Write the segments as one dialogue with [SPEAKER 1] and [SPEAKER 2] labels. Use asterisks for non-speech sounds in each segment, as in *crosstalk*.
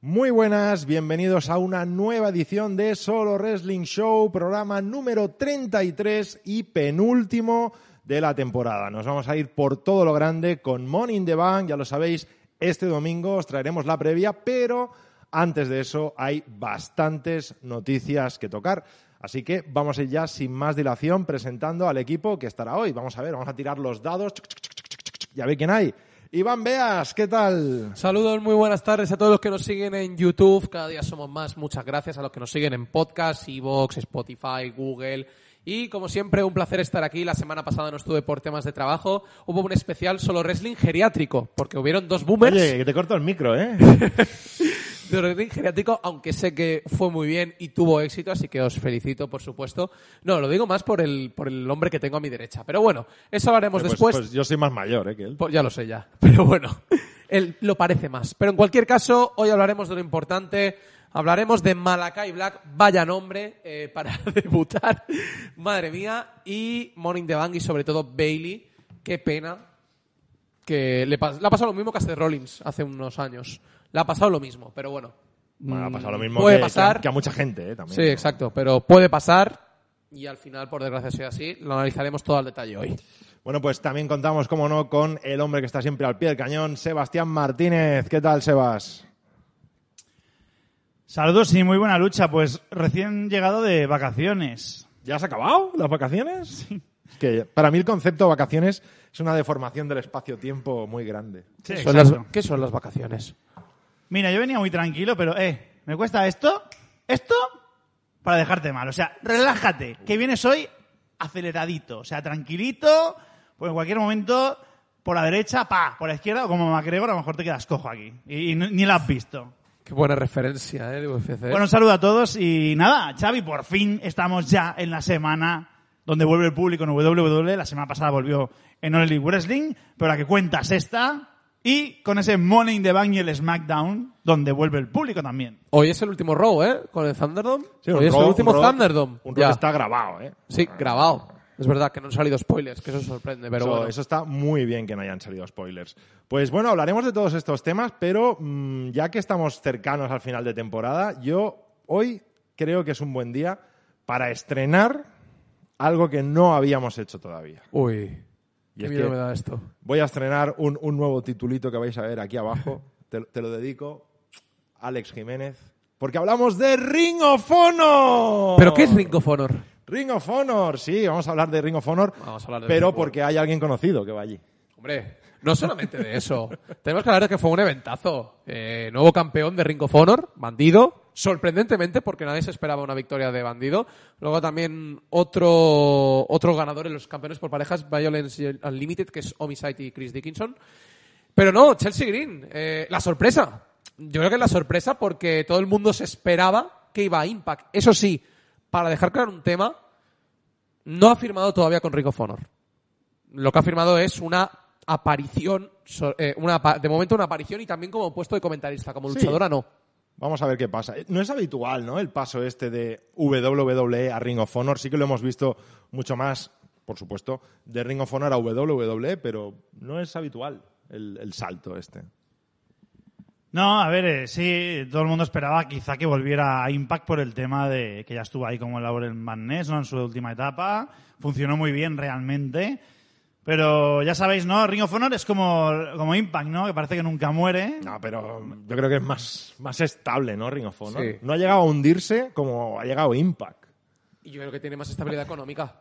[SPEAKER 1] Muy buenas, bienvenidos a una nueva edición de Solo Wrestling Show, programa número 33 y penúltimo de la temporada. Nos vamos a ir por todo lo grande con Money in the Bank, ya lo sabéis, este domingo os traeremos la previa, pero antes de eso hay bastantes noticias que tocar. Así que vamos a ir ya sin más dilación presentando al equipo que estará hoy. Vamos a ver, vamos a tirar los dados y a ver quién hay. Iván Beas, ¿qué tal?
[SPEAKER 2] Saludos, muy buenas tardes a todos los que nos siguen en YouTube. Cada día somos más. Muchas gracias a los que nos siguen en podcast, Evox, Spotify, Google. Y como siempre, un placer estar aquí. La semana pasada no estuve por temas de trabajo. Hubo un especial solo wrestling geriátrico, porque hubieron dos boomers.
[SPEAKER 1] Oye, que te corto el micro, ¿eh?
[SPEAKER 2] de wrestling geriátrico, aunque sé que fue muy bien y tuvo éxito, así que os felicito, por supuesto. No, lo digo más por el, por el hombre que tengo a mi derecha. Pero bueno, eso hablaremos
[SPEAKER 1] Pues-
[SPEAKER 2] después.
[SPEAKER 1] pues yo soy más mayor ¿eh? que él.
[SPEAKER 2] Pues ya lo sé ya, *laughs* pero bueno, él lo parece más. Pero en cualquier caso, hoy hablaremos de lo importante. Hablaremos de Malakai Black, vaya nombre eh, para *laughs* debutar, madre mía, y Morning the Bank y sobre todo Bailey, qué pena que le, pas- le ha pasado lo mismo que a Seth Rollins hace unos años. Le ha pasado lo mismo, pero bueno.
[SPEAKER 1] Bueno, ha pasado lo mismo
[SPEAKER 2] mm, Puede
[SPEAKER 1] que,
[SPEAKER 2] pasar.
[SPEAKER 1] que a- que a mucha gente, ¿eh? También.
[SPEAKER 2] Sí, exacto, pero puede pasar y al final, por desgracia, sea así. Lo analizaremos todo al detalle hoy.
[SPEAKER 1] Bueno, pues también contamos, como no, con el hombre que está siempre al pie del cañón, Sebastián Martínez. ¿Qué tal, Sebas?
[SPEAKER 3] Saludos y muy buena lucha. Pues recién llegado de vacaciones.
[SPEAKER 1] ¿Ya has acabado las vacaciones? Es que para mí el concepto de vacaciones es una deformación del espacio-tiempo muy grande.
[SPEAKER 3] Sí,
[SPEAKER 2] Son las-
[SPEAKER 3] exacto.
[SPEAKER 2] ¿Qué son las vacaciones?
[SPEAKER 3] Mira, yo venía muy tranquilo, pero eh, me cuesta esto, esto, para dejarte mal. O sea, relájate, que vienes hoy aceleradito, o sea, tranquilito, pues en cualquier momento, por la derecha, pa, por la izquierda, o como MacGregor, a lo mejor te quedas cojo aquí. Y, y no- ni la has visto.
[SPEAKER 2] Qué buena referencia, ¿eh? de UFC.
[SPEAKER 3] Bueno, un saludo a todos y nada, Xavi, por fin estamos ya en la semana donde vuelve el público en WWE. La semana pasada volvió en All Elite Wrestling, pero la que cuenta es esta. Y con ese Money in the Bank y el SmackDown, donde vuelve el público también.
[SPEAKER 2] Hoy es el último Raw, ¿eh? Con el Thunderdome.
[SPEAKER 1] Sí, un
[SPEAKER 2] Hoy es
[SPEAKER 1] rock-
[SPEAKER 2] el
[SPEAKER 1] un
[SPEAKER 2] último
[SPEAKER 1] rock-
[SPEAKER 2] Thunderdome.
[SPEAKER 1] Un rock
[SPEAKER 2] Ya.
[SPEAKER 1] que está grabado, ¿eh?
[SPEAKER 2] Sí, grabado. Es verdad que no han salido spoilers, que eso sorprende, pero
[SPEAKER 1] eso,
[SPEAKER 2] bueno.
[SPEAKER 1] eso está muy bien que no hayan salido spoilers. Pues bueno, hablaremos de todos estos temas, pero mm, ya que estamos cercanos al final de temporada, yo hoy creo que es un buen día para estrenar algo que no habíamos hecho todavía.
[SPEAKER 2] Uy,
[SPEAKER 1] Y
[SPEAKER 2] qué
[SPEAKER 1] es
[SPEAKER 2] miedo
[SPEAKER 1] que-
[SPEAKER 2] me da esto.
[SPEAKER 1] Voy a estrenar un, un nuevo titulito que vais a ver aquí
[SPEAKER 2] *laughs*
[SPEAKER 1] abajo. te, te lo dedico, Alex Jiménez, porque hablamos de Ring of Honor.
[SPEAKER 2] ¿Pero qué es Ring of Honor?
[SPEAKER 1] Ring of Honor, sí, vamos a hablar de Ring of Honor,
[SPEAKER 2] Vamos a hablar de Ring
[SPEAKER 1] pero
[SPEAKER 2] of Honor.
[SPEAKER 1] porque hay alguien conocido que va allí.
[SPEAKER 2] Hombre, no solamente
[SPEAKER 1] *laughs*
[SPEAKER 2] de eso. Tenemos que hablar de que fue un eventazo. Eh, nuevo campeón de Ring of Honor, Bandido. Sorprendentemente, porque nadie se esperaba una victoria de Bandido. Luego también otro, otro ganador en los campeones por parejas, Violence Unlimited, que es Homicide y Chris Dickinson. Pero no, Chelsea Green, eh, la sorpresa. Yo creo que es la sorpresa porque todo el mundo se esperaba que iba a Impact. Eso sí, para dejar claro un tema, no ha firmado todavía con Ring of Honor lo que ha firmado es una aparición, so- eh, una, apa- de momento una aparición y también como puesto de comentarista, como
[SPEAKER 1] Sí.
[SPEAKER 2] luchadora no.
[SPEAKER 1] Vamos a ver qué pasa. No es habitual, ¿no? El paso este de WWE a Ring of Honor. Sí que lo hemos visto mucho más, por supuesto, de Ring of Honor a WWE, pero no es habitual el, el salto este.
[SPEAKER 3] No, a ver, eh, sí, todo el mundo esperaba quizá que volviera a Impact por el tema de que ya estuvo ahí como labor en Madness, ¿no? En su última etapa. Funcionó muy bien realmente. Pero ya sabéis, ¿no? Ring of Honor es como, como Impact, ¿no? Que parece que nunca muere.
[SPEAKER 1] No, pero yo creo que es más, más estable, ¿no? Ring of Honor.
[SPEAKER 2] Sí.
[SPEAKER 1] No ha llegado a hundirse como ha llegado Impact.
[SPEAKER 2] Y yo creo que tiene más estabilidad económica.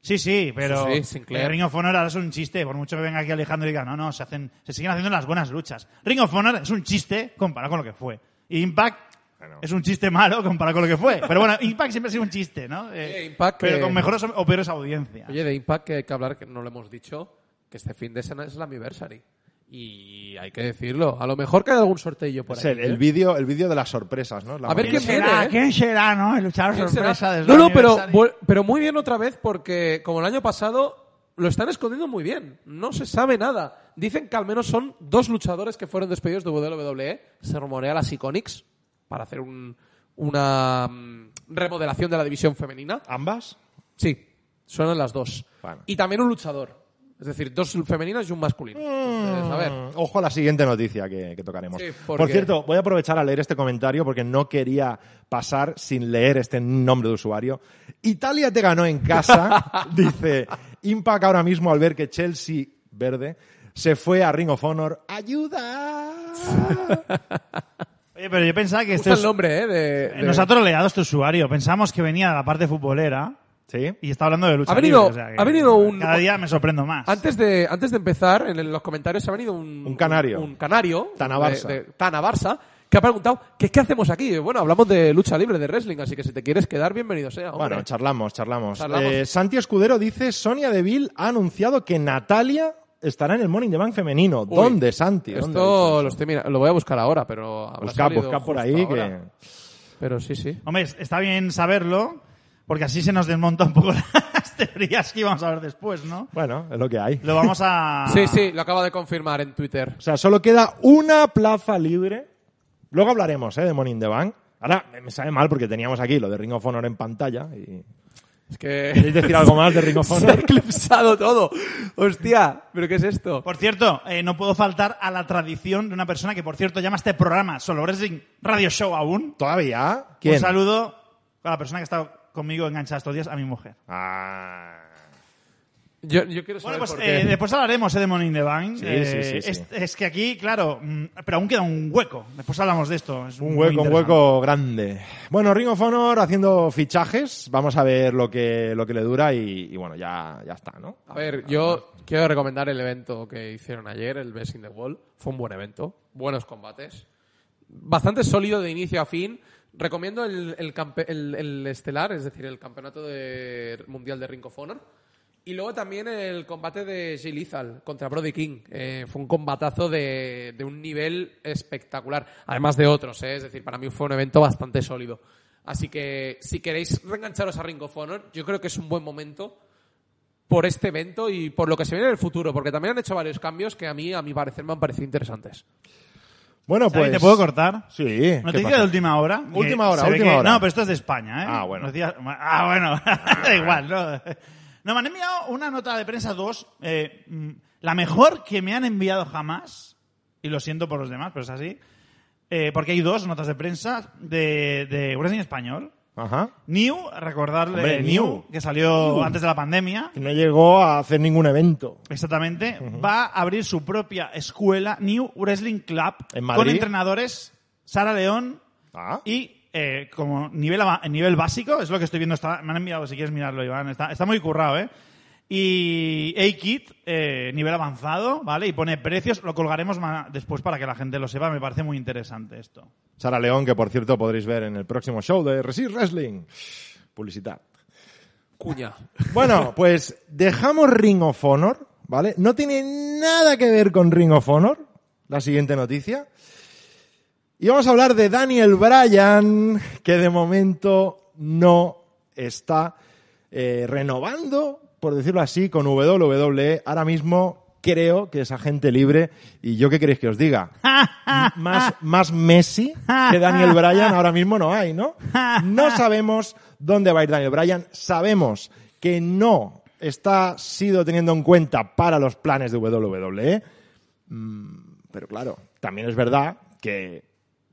[SPEAKER 3] Sí, sí, pero
[SPEAKER 2] Sí, sí, Sinclair.
[SPEAKER 3] el Ring of Honor ahora es un chiste. Por mucho que venga aquí Alejandro y diga, no, no, se, hacen, se siguen haciendo las buenas luchas. Ring of Honor es un chiste comparado con lo que fue. Y Impact
[SPEAKER 1] Bueno.
[SPEAKER 3] Es un chiste malo comparado con lo que fue. Pero bueno, Impact siempre ha sido un chiste, ¿no?
[SPEAKER 2] Eh, Impact
[SPEAKER 3] pero
[SPEAKER 2] que-
[SPEAKER 3] con mejores o o peores
[SPEAKER 2] *laughs*
[SPEAKER 3] audiencias.
[SPEAKER 2] Oye, de Impact que hay que hablar, que no lo hemos dicho, que este fin de semana es el anniversary. Y hay que decirlo. A lo mejor que hay algún sorteo por
[SPEAKER 1] Es
[SPEAKER 2] ahí.
[SPEAKER 1] el,
[SPEAKER 2] ¿eh?
[SPEAKER 1] el vídeo el vídeo de las sorpresas, ¿no? La
[SPEAKER 2] A ver
[SPEAKER 1] mañana.
[SPEAKER 2] quién viene, eh?
[SPEAKER 3] ¿Quién será, no? El luchador
[SPEAKER 2] ¿Quién será?
[SPEAKER 3] sorpresa de
[SPEAKER 2] No, no,
[SPEAKER 3] Sony
[SPEAKER 2] pero,
[SPEAKER 3] Versailles.
[SPEAKER 2] vuel- pero muy bien otra vez porque, como el año pasado, lo están escondiendo muy bien. No se sabe nada. Dicen que al menos son dos luchadores que fueron despedidos de WWE. Se rumorea las Iconics para hacer un- una mm, remodelación de la división femenina.
[SPEAKER 1] ¿Ambas?
[SPEAKER 2] Sí, suenan las dos.
[SPEAKER 1] Bueno.
[SPEAKER 2] Y también un luchador. Es decir, dos femeninas y un masculino. Entonces, a ver.
[SPEAKER 1] Mm, Ojo a la siguiente noticia que, que tocaremos.
[SPEAKER 2] Sí, porque-
[SPEAKER 1] Por cierto, voy a aprovechar a leer este comentario porque no quería pasar sin leer este nombre de usuario. Italia te ganó en
[SPEAKER 2] *laughs*
[SPEAKER 1] casa, dice Impact ahora mismo al ver que Chelsea verde se fue a Ring of Honor. ¡Ayuda!
[SPEAKER 2] *laughs*
[SPEAKER 3] Oye, pero yo pensaba que
[SPEAKER 2] Me
[SPEAKER 3] este
[SPEAKER 2] gusta el
[SPEAKER 3] es...
[SPEAKER 2] nombre, ¿eh? de- de-
[SPEAKER 3] Nos ha troleado este usuario. Pensamos que venía de la parte futbolera
[SPEAKER 1] ¿Sí?
[SPEAKER 3] y está hablando de lucha
[SPEAKER 2] Ha venido-
[SPEAKER 3] libre, o sea que
[SPEAKER 2] ha venido un-
[SPEAKER 3] Cada día me sorprendo más.
[SPEAKER 2] Antes de, antes de empezar, en el- los comentarios se ha venido un,
[SPEAKER 1] Un canario.
[SPEAKER 2] Un, un canario.
[SPEAKER 1] Tana Barça.
[SPEAKER 2] de- de- Tana Barça, que ha preguntado, ¿qué, ¿qué hacemos aquí? Bueno, hablamos de lucha libre, de wrestling, así que si te quieres quedar, bienvenido sea. hombre.
[SPEAKER 1] Bueno, charlamos, charlamos.
[SPEAKER 2] Charlamos.
[SPEAKER 1] Eh, Santi Escudero dice, Sonia Deville ha anunciado que Natalia estará en el Morning the Bank femenino.
[SPEAKER 2] Uy,
[SPEAKER 1] ¿Dónde, Santi? ¿Dónde?
[SPEAKER 2] Esto lo, estoy mira- lo voy a buscar ahora, pero... habrá
[SPEAKER 1] Buscad,
[SPEAKER 2] salido
[SPEAKER 1] buscad por
[SPEAKER 2] justo
[SPEAKER 1] ahí
[SPEAKER 2] ahora.
[SPEAKER 1] que...
[SPEAKER 2] Pero sí, sí.
[SPEAKER 3] Hombre, es- está bien saberlo, porque así se nos desmonta un poco *laughs* las teorías que íbamos a ver después, ¿no?
[SPEAKER 1] Bueno, es lo que hay.
[SPEAKER 3] Lo vamos a...
[SPEAKER 1] Ah.
[SPEAKER 2] Sí, sí, lo acaba de confirmar en Twitter.
[SPEAKER 1] O sea, solo queda una plaza libre. Luego hablaremos ¿eh? de Morning the Bank. Ahora me- me sabe mal porque teníamos aquí lo de Ring of Honor en pantalla. Y... *laughs*
[SPEAKER 2] Es que...
[SPEAKER 1] ¿Queréis decir algo más de Ring of
[SPEAKER 2] *laughs* Se ha
[SPEAKER 1] *laughs* Honor?
[SPEAKER 2] eclipsado todo. Hostia, ¿pero qué es esto?
[SPEAKER 3] Por cierto, eh, no puedo faltar a la tradición de una persona que, por cierto, llama a este programa Solo Wrestling Radio Show aún.
[SPEAKER 1] ¿Todavía? ¿Quién?
[SPEAKER 3] Un saludo a la persona que ha estado conmigo enganchada estos días, a mi mujer.
[SPEAKER 1] Ah.
[SPEAKER 2] Yo, yo quiero saber
[SPEAKER 3] Bueno, pues
[SPEAKER 2] por qué.
[SPEAKER 3] eh, después hablaremos eh, de Money in the Bank.
[SPEAKER 1] Sí,
[SPEAKER 3] Eh,
[SPEAKER 1] sí, sí, sí.
[SPEAKER 3] Es, es que aquí, claro, mm, pero aún queda un hueco. Después hablamos de esto. Es
[SPEAKER 1] Un
[SPEAKER 3] muy
[SPEAKER 1] hueco, un
[SPEAKER 3] interesante.
[SPEAKER 1] hueco grande. Bueno, Ring of Honor haciendo fichajes. Vamos a ver lo que, lo que le dura y, y bueno, ya, ya está, ¿no?
[SPEAKER 2] A ver, yo quiero recomendar el evento que hicieron ayer, el Best in the Wall. Fue un buen evento, buenos combates, bastante sólido de inicio a fin. Recomiendo el, el campe- el- el estelar, es decir, el campeonato de- mundial de Ring of Honor. Y luego también el combate de Jay Lethal contra Brody King. Eh, fue un combatazo de, de un nivel espectacular, además de otros. ¿eh? Es decir, para mí fue un evento bastante sólido. Así que si queréis reengancharos a Ring of Honor, yo creo que es un buen momento por este evento y por lo que se viene en el futuro, porque también han hecho varios cambios que a mí, a mi parecer, me han parecido interesantes.
[SPEAKER 1] Bueno,
[SPEAKER 3] Xavi,
[SPEAKER 1] pues...
[SPEAKER 3] ¿Te puedo cortar?
[SPEAKER 1] Sí. ¿qué
[SPEAKER 3] Noticia
[SPEAKER 1] pasa?
[SPEAKER 3] de última hora. que
[SPEAKER 1] Última hora,
[SPEAKER 3] se ve
[SPEAKER 1] última
[SPEAKER 3] que-
[SPEAKER 1] hora.
[SPEAKER 3] No, pero esto es de España, ¿eh?
[SPEAKER 1] Ah, bueno.
[SPEAKER 3] Noticia- Ah, bueno. *laughs* da igual, ¿no? No, me han enviado una nota de prensa 2, eh, mm, la mejor que me han enviado jamás, y lo siento por los demás, pero es así, eh, porque hay dos notas de prensa de, de Wrestling Español.
[SPEAKER 1] Ajá.
[SPEAKER 3] New, recordarle,
[SPEAKER 1] Hombre,
[SPEAKER 3] eh,
[SPEAKER 1] New.
[SPEAKER 3] que salió antes de la pandemia,
[SPEAKER 1] Que no llegó a hacer ningún evento.
[SPEAKER 3] exactamente, va a abrir su propia escuela, New Wrestling Club,
[SPEAKER 1] ¿En
[SPEAKER 3] con
[SPEAKER 1] Madrid?
[SPEAKER 3] entrenadores Sara León,
[SPEAKER 1] Ah.
[SPEAKER 3] y eh, como nivel, ava- nivel básico, es lo que estoy viendo, está- me han enviado, si quieres mirarlo, Iván, está, está muy currado, ¿eh? Y A-Kit, eh, nivel avanzado, ¿vale? Y pone precios, lo colgaremos ma- después para que la gente lo sepa, me parece muy interesante esto.
[SPEAKER 1] Sara León, que por cierto podréis ver en el próximo show de Resist Wrestling. Publicidad.
[SPEAKER 3] *laughs*
[SPEAKER 2] Cuña.
[SPEAKER 1] Bueno, pues dejamos Ring of Honor, ¿vale? No tiene nada que ver con Ring of Honor, la siguiente noticia. Y vamos a hablar de Daniel Bryan, que de momento no está eh, renovando, por decirlo así, con WWE. Ahora mismo creo que es agente libre. ¿Y yo qué queréis que os diga? más, más Messi que Daniel Bryan ahora mismo no hay, ¿no? No sabemos dónde va a ir Daniel Bryan. Sabemos que no está sido teniendo en cuenta para los planes de WWE. Mm, Pero claro, también es verdad que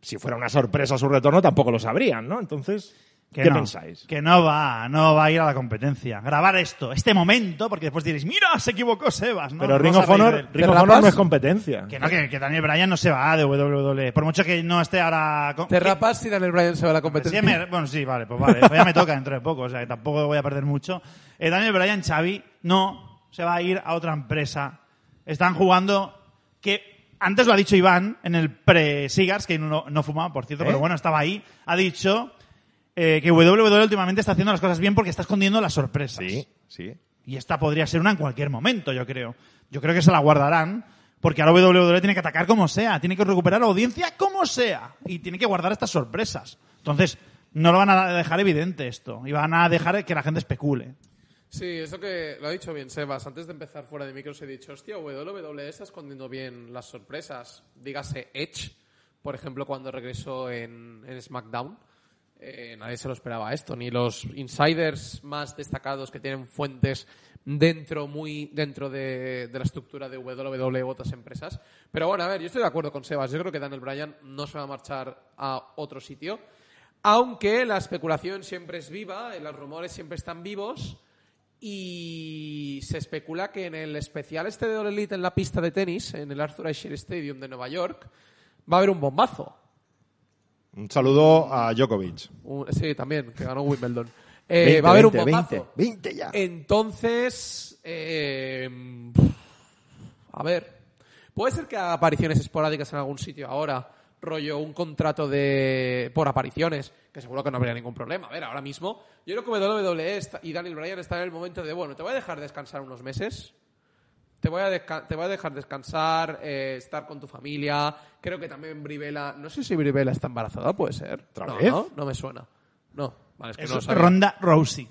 [SPEAKER 1] si fuera una sorpresa su retorno tampoco lo sabrían, ¿no? Entonces,
[SPEAKER 3] Que
[SPEAKER 1] ¿qué
[SPEAKER 3] no,
[SPEAKER 1] pensáis?
[SPEAKER 3] Que no va, no va a ir a la competencia. Grabar esto, este momento, porque después diréis, mira, se equivocó Sebas, ¿no?
[SPEAKER 1] Pero
[SPEAKER 3] Nos
[SPEAKER 1] Ring
[SPEAKER 3] vamos
[SPEAKER 1] of
[SPEAKER 3] a reír
[SPEAKER 1] Honor,
[SPEAKER 3] de él.
[SPEAKER 1] Ring of
[SPEAKER 2] ¿Te
[SPEAKER 1] Honor
[SPEAKER 2] rapas?
[SPEAKER 1] no es competencia.
[SPEAKER 3] Que no, que, que Daniel Bryan no se va de WWE. E. Por mucho que no esté ahora... con-
[SPEAKER 2] ¿Te
[SPEAKER 3] que-
[SPEAKER 2] rapas si Daniel Bryan se va a la
[SPEAKER 3] Pues
[SPEAKER 2] competencia?
[SPEAKER 3] ya me- bueno, sí, vale, pues vale. Pues ya me toca dentro de poco, o sea que tampoco voy a perder mucho. Eh, Daniel Bryan, Xavi, no, se va a ir a otra empresa. Están jugando que antes lo ha dicho Iván en el pre-Sigars, que no, no fuma, por cierto,
[SPEAKER 1] ¿Eh?
[SPEAKER 3] pero bueno, estaba ahí. Ha dicho eh, que WWE últimamente está haciendo las cosas bien porque está escondiendo las sorpresas.
[SPEAKER 1] Sí, sí.
[SPEAKER 3] Y esta podría ser una en cualquier momento, yo creo. Yo creo que se la guardarán, porque ahora WWE tiene que atacar como sea, tiene que recuperar audiencia como sea, y tiene que guardar estas sorpresas. Entonces, no lo van a dejar evidente esto, y van a dejar que la gente especule.
[SPEAKER 2] Sí, eso que lo ha dicho bien Sebas. Antes de empezar fuera de micros he dicho, hostia, WWE está escondiendo bien las sorpresas. Dígase Edge, por ejemplo, cuando regresó en, en SmackDown. Eh, nadie se lo esperaba esto, ni los insiders más destacados que tienen fuentes dentro muy dentro de, de la estructura de WWE u otras empresas. Pero bueno, a ver, yo estoy de acuerdo con Sebas. Yo creo que Daniel Bryan no se va a marchar a otro sitio. Aunque la especulación siempre es viva, eh, los rumores siempre están vivos. Y se especula que en el especial este de All Elite en la pista de tenis, en el Arthur Ashe Stadium de Nueva York, va a haber un bombazo.
[SPEAKER 1] Un saludo a Djokovic.
[SPEAKER 2] Un- sí, también, que ganó Wimbledon. Eh, va a haber un
[SPEAKER 1] 20,
[SPEAKER 2] bombazo. Eh,
[SPEAKER 1] 20, 20 ya.
[SPEAKER 2] Entonces, eh, a ver, puede ser que haga apariciones esporádicas en algún sitio ahora, rollo un contrato de por apariciones, que seguro que no habría ningún problema. A ver, ahora mismo, yo creo que WWE está- y Daniel Bryan están en el momento de, bueno, te voy a dejar descansar unos meses, te voy a, desca- te voy a dejar descansar, eh, estar con tu familia. Creo que también Brivela. No sé si Brivela está embarazada, puede ser.
[SPEAKER 1] ¿Otra
[SPEAKER 2] no,
[SPEAKER 1] vez?
[SPEAKER 2] no, no me suena. No, vale, es que no lo
[SPEAKER 3] Es
[SPEAKER 2] sabía.
[SPEAKER 3] Ronda Rousey.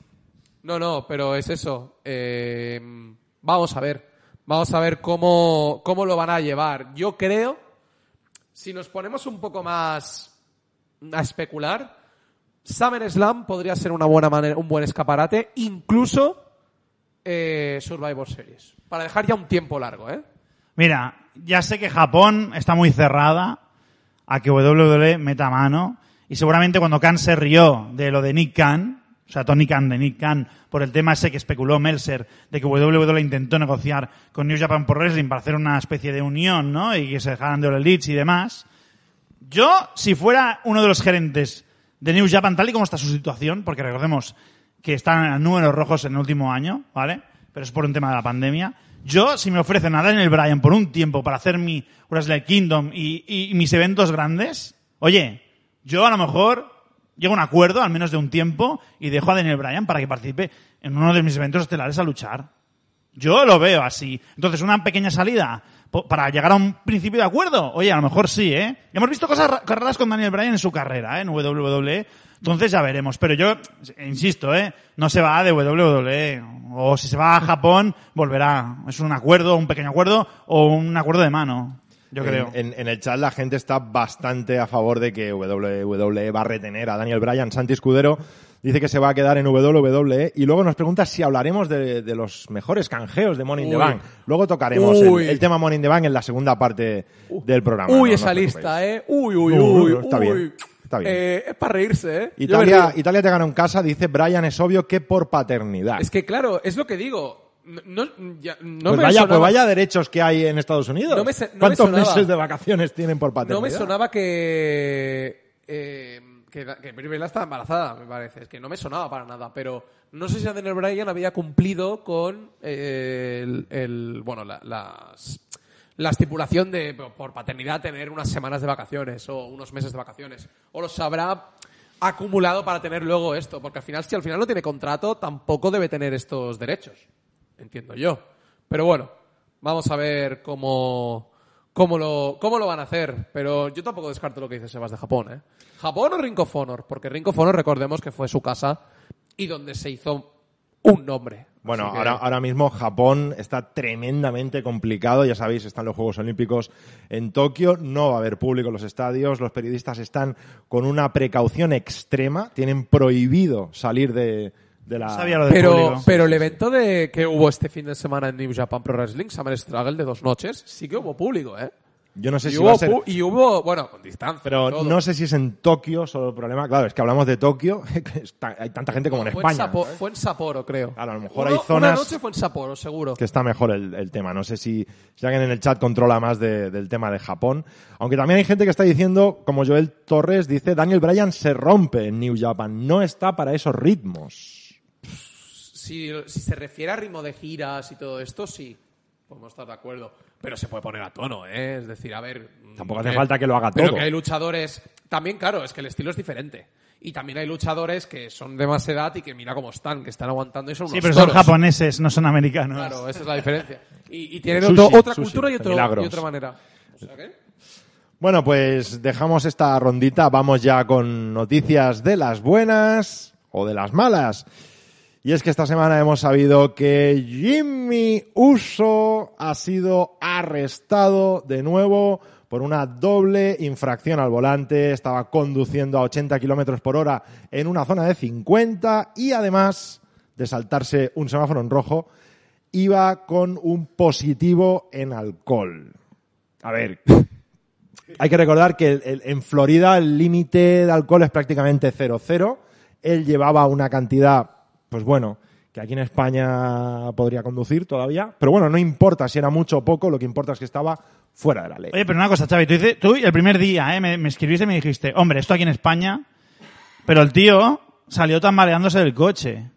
[SPEAKER 2] No, no, pero es eso. Eh, vamos a ver. Vamos a ver cómo, cómo lo van a llevar. Yo creo, si nos ponemos un poco más a especular, SummerSlam podría ser una buena manera, un buen escaparate, incluso eh, Survivor Series. Para dejar ya un tiempo largo, ¿eh?
[SPEAKER 3] Mira, ya sé que Japón está muy cerrada a que WWE meta mano y seguramente cuando Khan se rió de lo de Nick Khan, o sea, Tony Khan de Nick Khan, por el tema ese que especuló Meltzer de que WWE intentó negociar con New Japan Pro Wrestling para hacer una especie de unión, ¿no? Y que se dejaran de los leads y demás. Yo, si fuera uno de los gerentes de New Japan, tal y como está su situación, porque recordemos que están en números rojos en el último año, ¿vale? Pero es por un tema de la pandemia. Yo, si me ofrecen a Daniel Bryan por un tiempo para hacer mi Wrestle Kingdom y, y mis eventos grandes, oye, yo a lo mejor llego a un acuerdo, al menos de un tiempo, y dejo a Daniel Bryan para que participe en uno de mis eventos estelares a luchar. Yo lo veo así. Entonces, una pequeña salida po- para llegar a un principio de acuerdo. Oye, a lo mejor sí, ¿eh? Hemos visto cosas ra- raras con Daniel Bryan en su carrera, ¿eh? En WWE. Entonces ya veremos. Pero yo, insisto, ¿eh? No se va de WWE. O si se va a Japón, volverá. Es un acuerdo, un pequeño acuerdo, o un acuerdo de mano. Yo
[SPEAKER 1] En-
[SPEAKER 3] creo.
[SPEAKER 1] En, en el chat la gente está bastante a favor de que WWE va a retener a Daniel Bryan. Santi Escudero dice que se va a quedar en WWE y luego nos pregunta si hablaremos de, de los mejores canjeos de Money in the
[SPEAKER 2] Uy.
[SPEAKER 1] Bank. Luego tocaremos el,
[SPEAKER 2] Uy.
[SPEAKER 1] el tema Money in the Bank en la segunda parte del programa.
[SPEAKER 2] uy,
[SPEAKER 1] Ah, no
[SPEAKER 2] esa
[SPEAKER 1] os preocupéis.
[SPEAKER 2] lista, ¿eh? Uy, uy,
[SPEAKER 1] No, no,
[SPEAKER 2] uy.
[SPEAKER 1] no, está
[SPEAKER 2] uy.
[SPEAKER 1] bien, está bien.
[SPEAKER 2] Eh, es para reírse, ¿eh? Yo me
[SPEAKER 1] Italia,
[SPEAKER 2] río.
[SPEAKER 1] Italia te ganó en casa, dice Bryan, es obvio que por paternidad.
[SPEAKER 2] Es que claro, es lo que digo. No, no- ya- no
[SPEAKER 1] pues,
[SPEAKER 2] me
[SPEAKER 1] vaya, pues
[SPEAKER 2] sonaba-
[SPEAKER 1] vaya derechos que hay en Estados Unidos.
[SPEAKER 2] No me se- no me
[SPEAKER 1] ¿Cuántos
[SPEAKER 2] sonaba.
[SPEAKER 1] meses de vacaciones tienen por paternidad?
[SPEAKER 2] No me sonaba que. eh, que, da- que Brie Bella estaba embarazada, me parece. Es que no me sonaba para nada. Pero no sé si Daniel Bryan había cumplido con eh, el, el- Bueno, la, las- la estipulación de por paternidad tener unas semanas de vacaciones o unos meses de vacaciones. O los habrá acumulado para tener luego esto. Porque al final, si al final no tiene contrato, tampoco debe tener estos derechos. Entiendo yo. Pero bueno, vamos a ver cómo, cómo, lo, cómo lo van a hacer. Pero yo tampoco descarto lo que dice Sebas de Japón. ¿eh? ¿Japón o Ring of Honor? Porque Ring of Honor, recordemos que fue su casa y donde se hizo un nombre.
[SPEAKER 1] Bueno,
[SPEAKER 2] Así que-
[SPEAKER 1] ahora, ahora mismo Japón está tremendamente complicado, ya sabéis, están los Juegos Olímpicos en Tokio, no va a haber público en los estadios, los periodistas están con una precaución extrema, tienen prohibido salir de, de la...
[SPEAKER 3] No sabía lo del
[SPEAKER 2] Pero,
[SPEAKER 3] público.
[SPEAKER 2] pero el evento de que hubo este fin de semana en New Japan Pro Wrestling, Summer Struggle de dos noches, sí que hubo público, ¿eh?
[SPEAKER 1] Yo no sé
[SPEAKER 2] y,
[SPEAKER 1] si
[SPEAKER 2] hubo,
[SPEAKER 1] va a ser...
[SPEAKER 2] pu- y hubo, bueno, con distancia.
[SPEAKER 1] Pero
[SPEAKER 2] todo.
[SPEAKER 1] no sé si es en Tokio solo el problema. Claro, es que hablamos de Tokio, *laughs* que está- hay tanta gente como en
[SPEAKER 2] fue
[SPEAKER 1] España.
[SPEAKER 2] En Sapo- fue en Sapporo, creo.
[SPEAKER 1] Claro, a lo mejor
[SPEAKER 2] Uno-
[SPEAKER 1] hay
[SPEAKER 2] Una
[SPEAKER 1] zonas-
[SPEAKER 2] noche fue en Sapporo, seguro.
[SPEAKER 1] que está mejor el, el tema. No sé si, si alguien en el chat controla más de- del tema de Japón. Aunque también hay gente que está diciendo, como Joel Torres dice, Daniel Bryan se rompe en New Japan, no está para esos ritmos.
[SPEAKER 2] si, si se refiere a ritmo de giras y todo esto, sí. Podemos estar de acuerdo. Pero se puede poner a tono, ¿eh? Es decir, a ver.
[SPEAKER 1] Tampoco
[SPEAKER 2] mm,
[SPEAKER 1] hace falta que lo haga
[SPEAKER 2] Pero
[SPEAKER 1] todo.
[SPEAKER 2] que hay luchadores. También, claro, es que el estilo es diferente. Y también hay luchadores que son de más edad y que mira cómo están, que están aguantando y son
[SPEAKER 3] Sí,
[SPEAKER 2] unos
[SPEAKER 3] pero son
[SPEAKER 2] toros.
[SPEAKER 3] japoneses, no son americanos.
[SPEAKER 2] Claro, esa es la diferencia. Y, y tienen
[SPEAKER 1] Sushi,
[SPEAKER 2] otro- otra
[SPEAKER 1] sushi,
[SPEAKER 2] cultura y, otro-
[SPEAKER 1] milagros.
[SPEAKER 2] y otra manera. O sea que-
[SPEAKER 1] Bueno, pues dejamos esta rondita, vamos ya con noticias de las buenas o de las malas. Y es que esta semana hemos sabido que Jimmy Uso ha sido arrestado de nuevo por una doble infracción al volante. Estaba conduciendo a 80 kilómetros por hora en una zona de 50 y además de saltarse un semáforo en rojo, iba con un positivo en alcohol. A ver, hay que recordar que el- el- en Florida el límite de alcohol es prácticamente 0,0. Él llevaba una cantidad, pues bueno, que aquí en España podría conducir todavía. Pero bueno, no importa si era mucho o poco, lo que importa es que estaba fuera de la ley.
[SPEAKER 3] Oye, pero una cosa, Xavi, tú, dices- tú el primer día ¿eh? me, me escribiste y me dijiste, hombre, esto aquí en España, pero el tío salió tambaleándose del coche.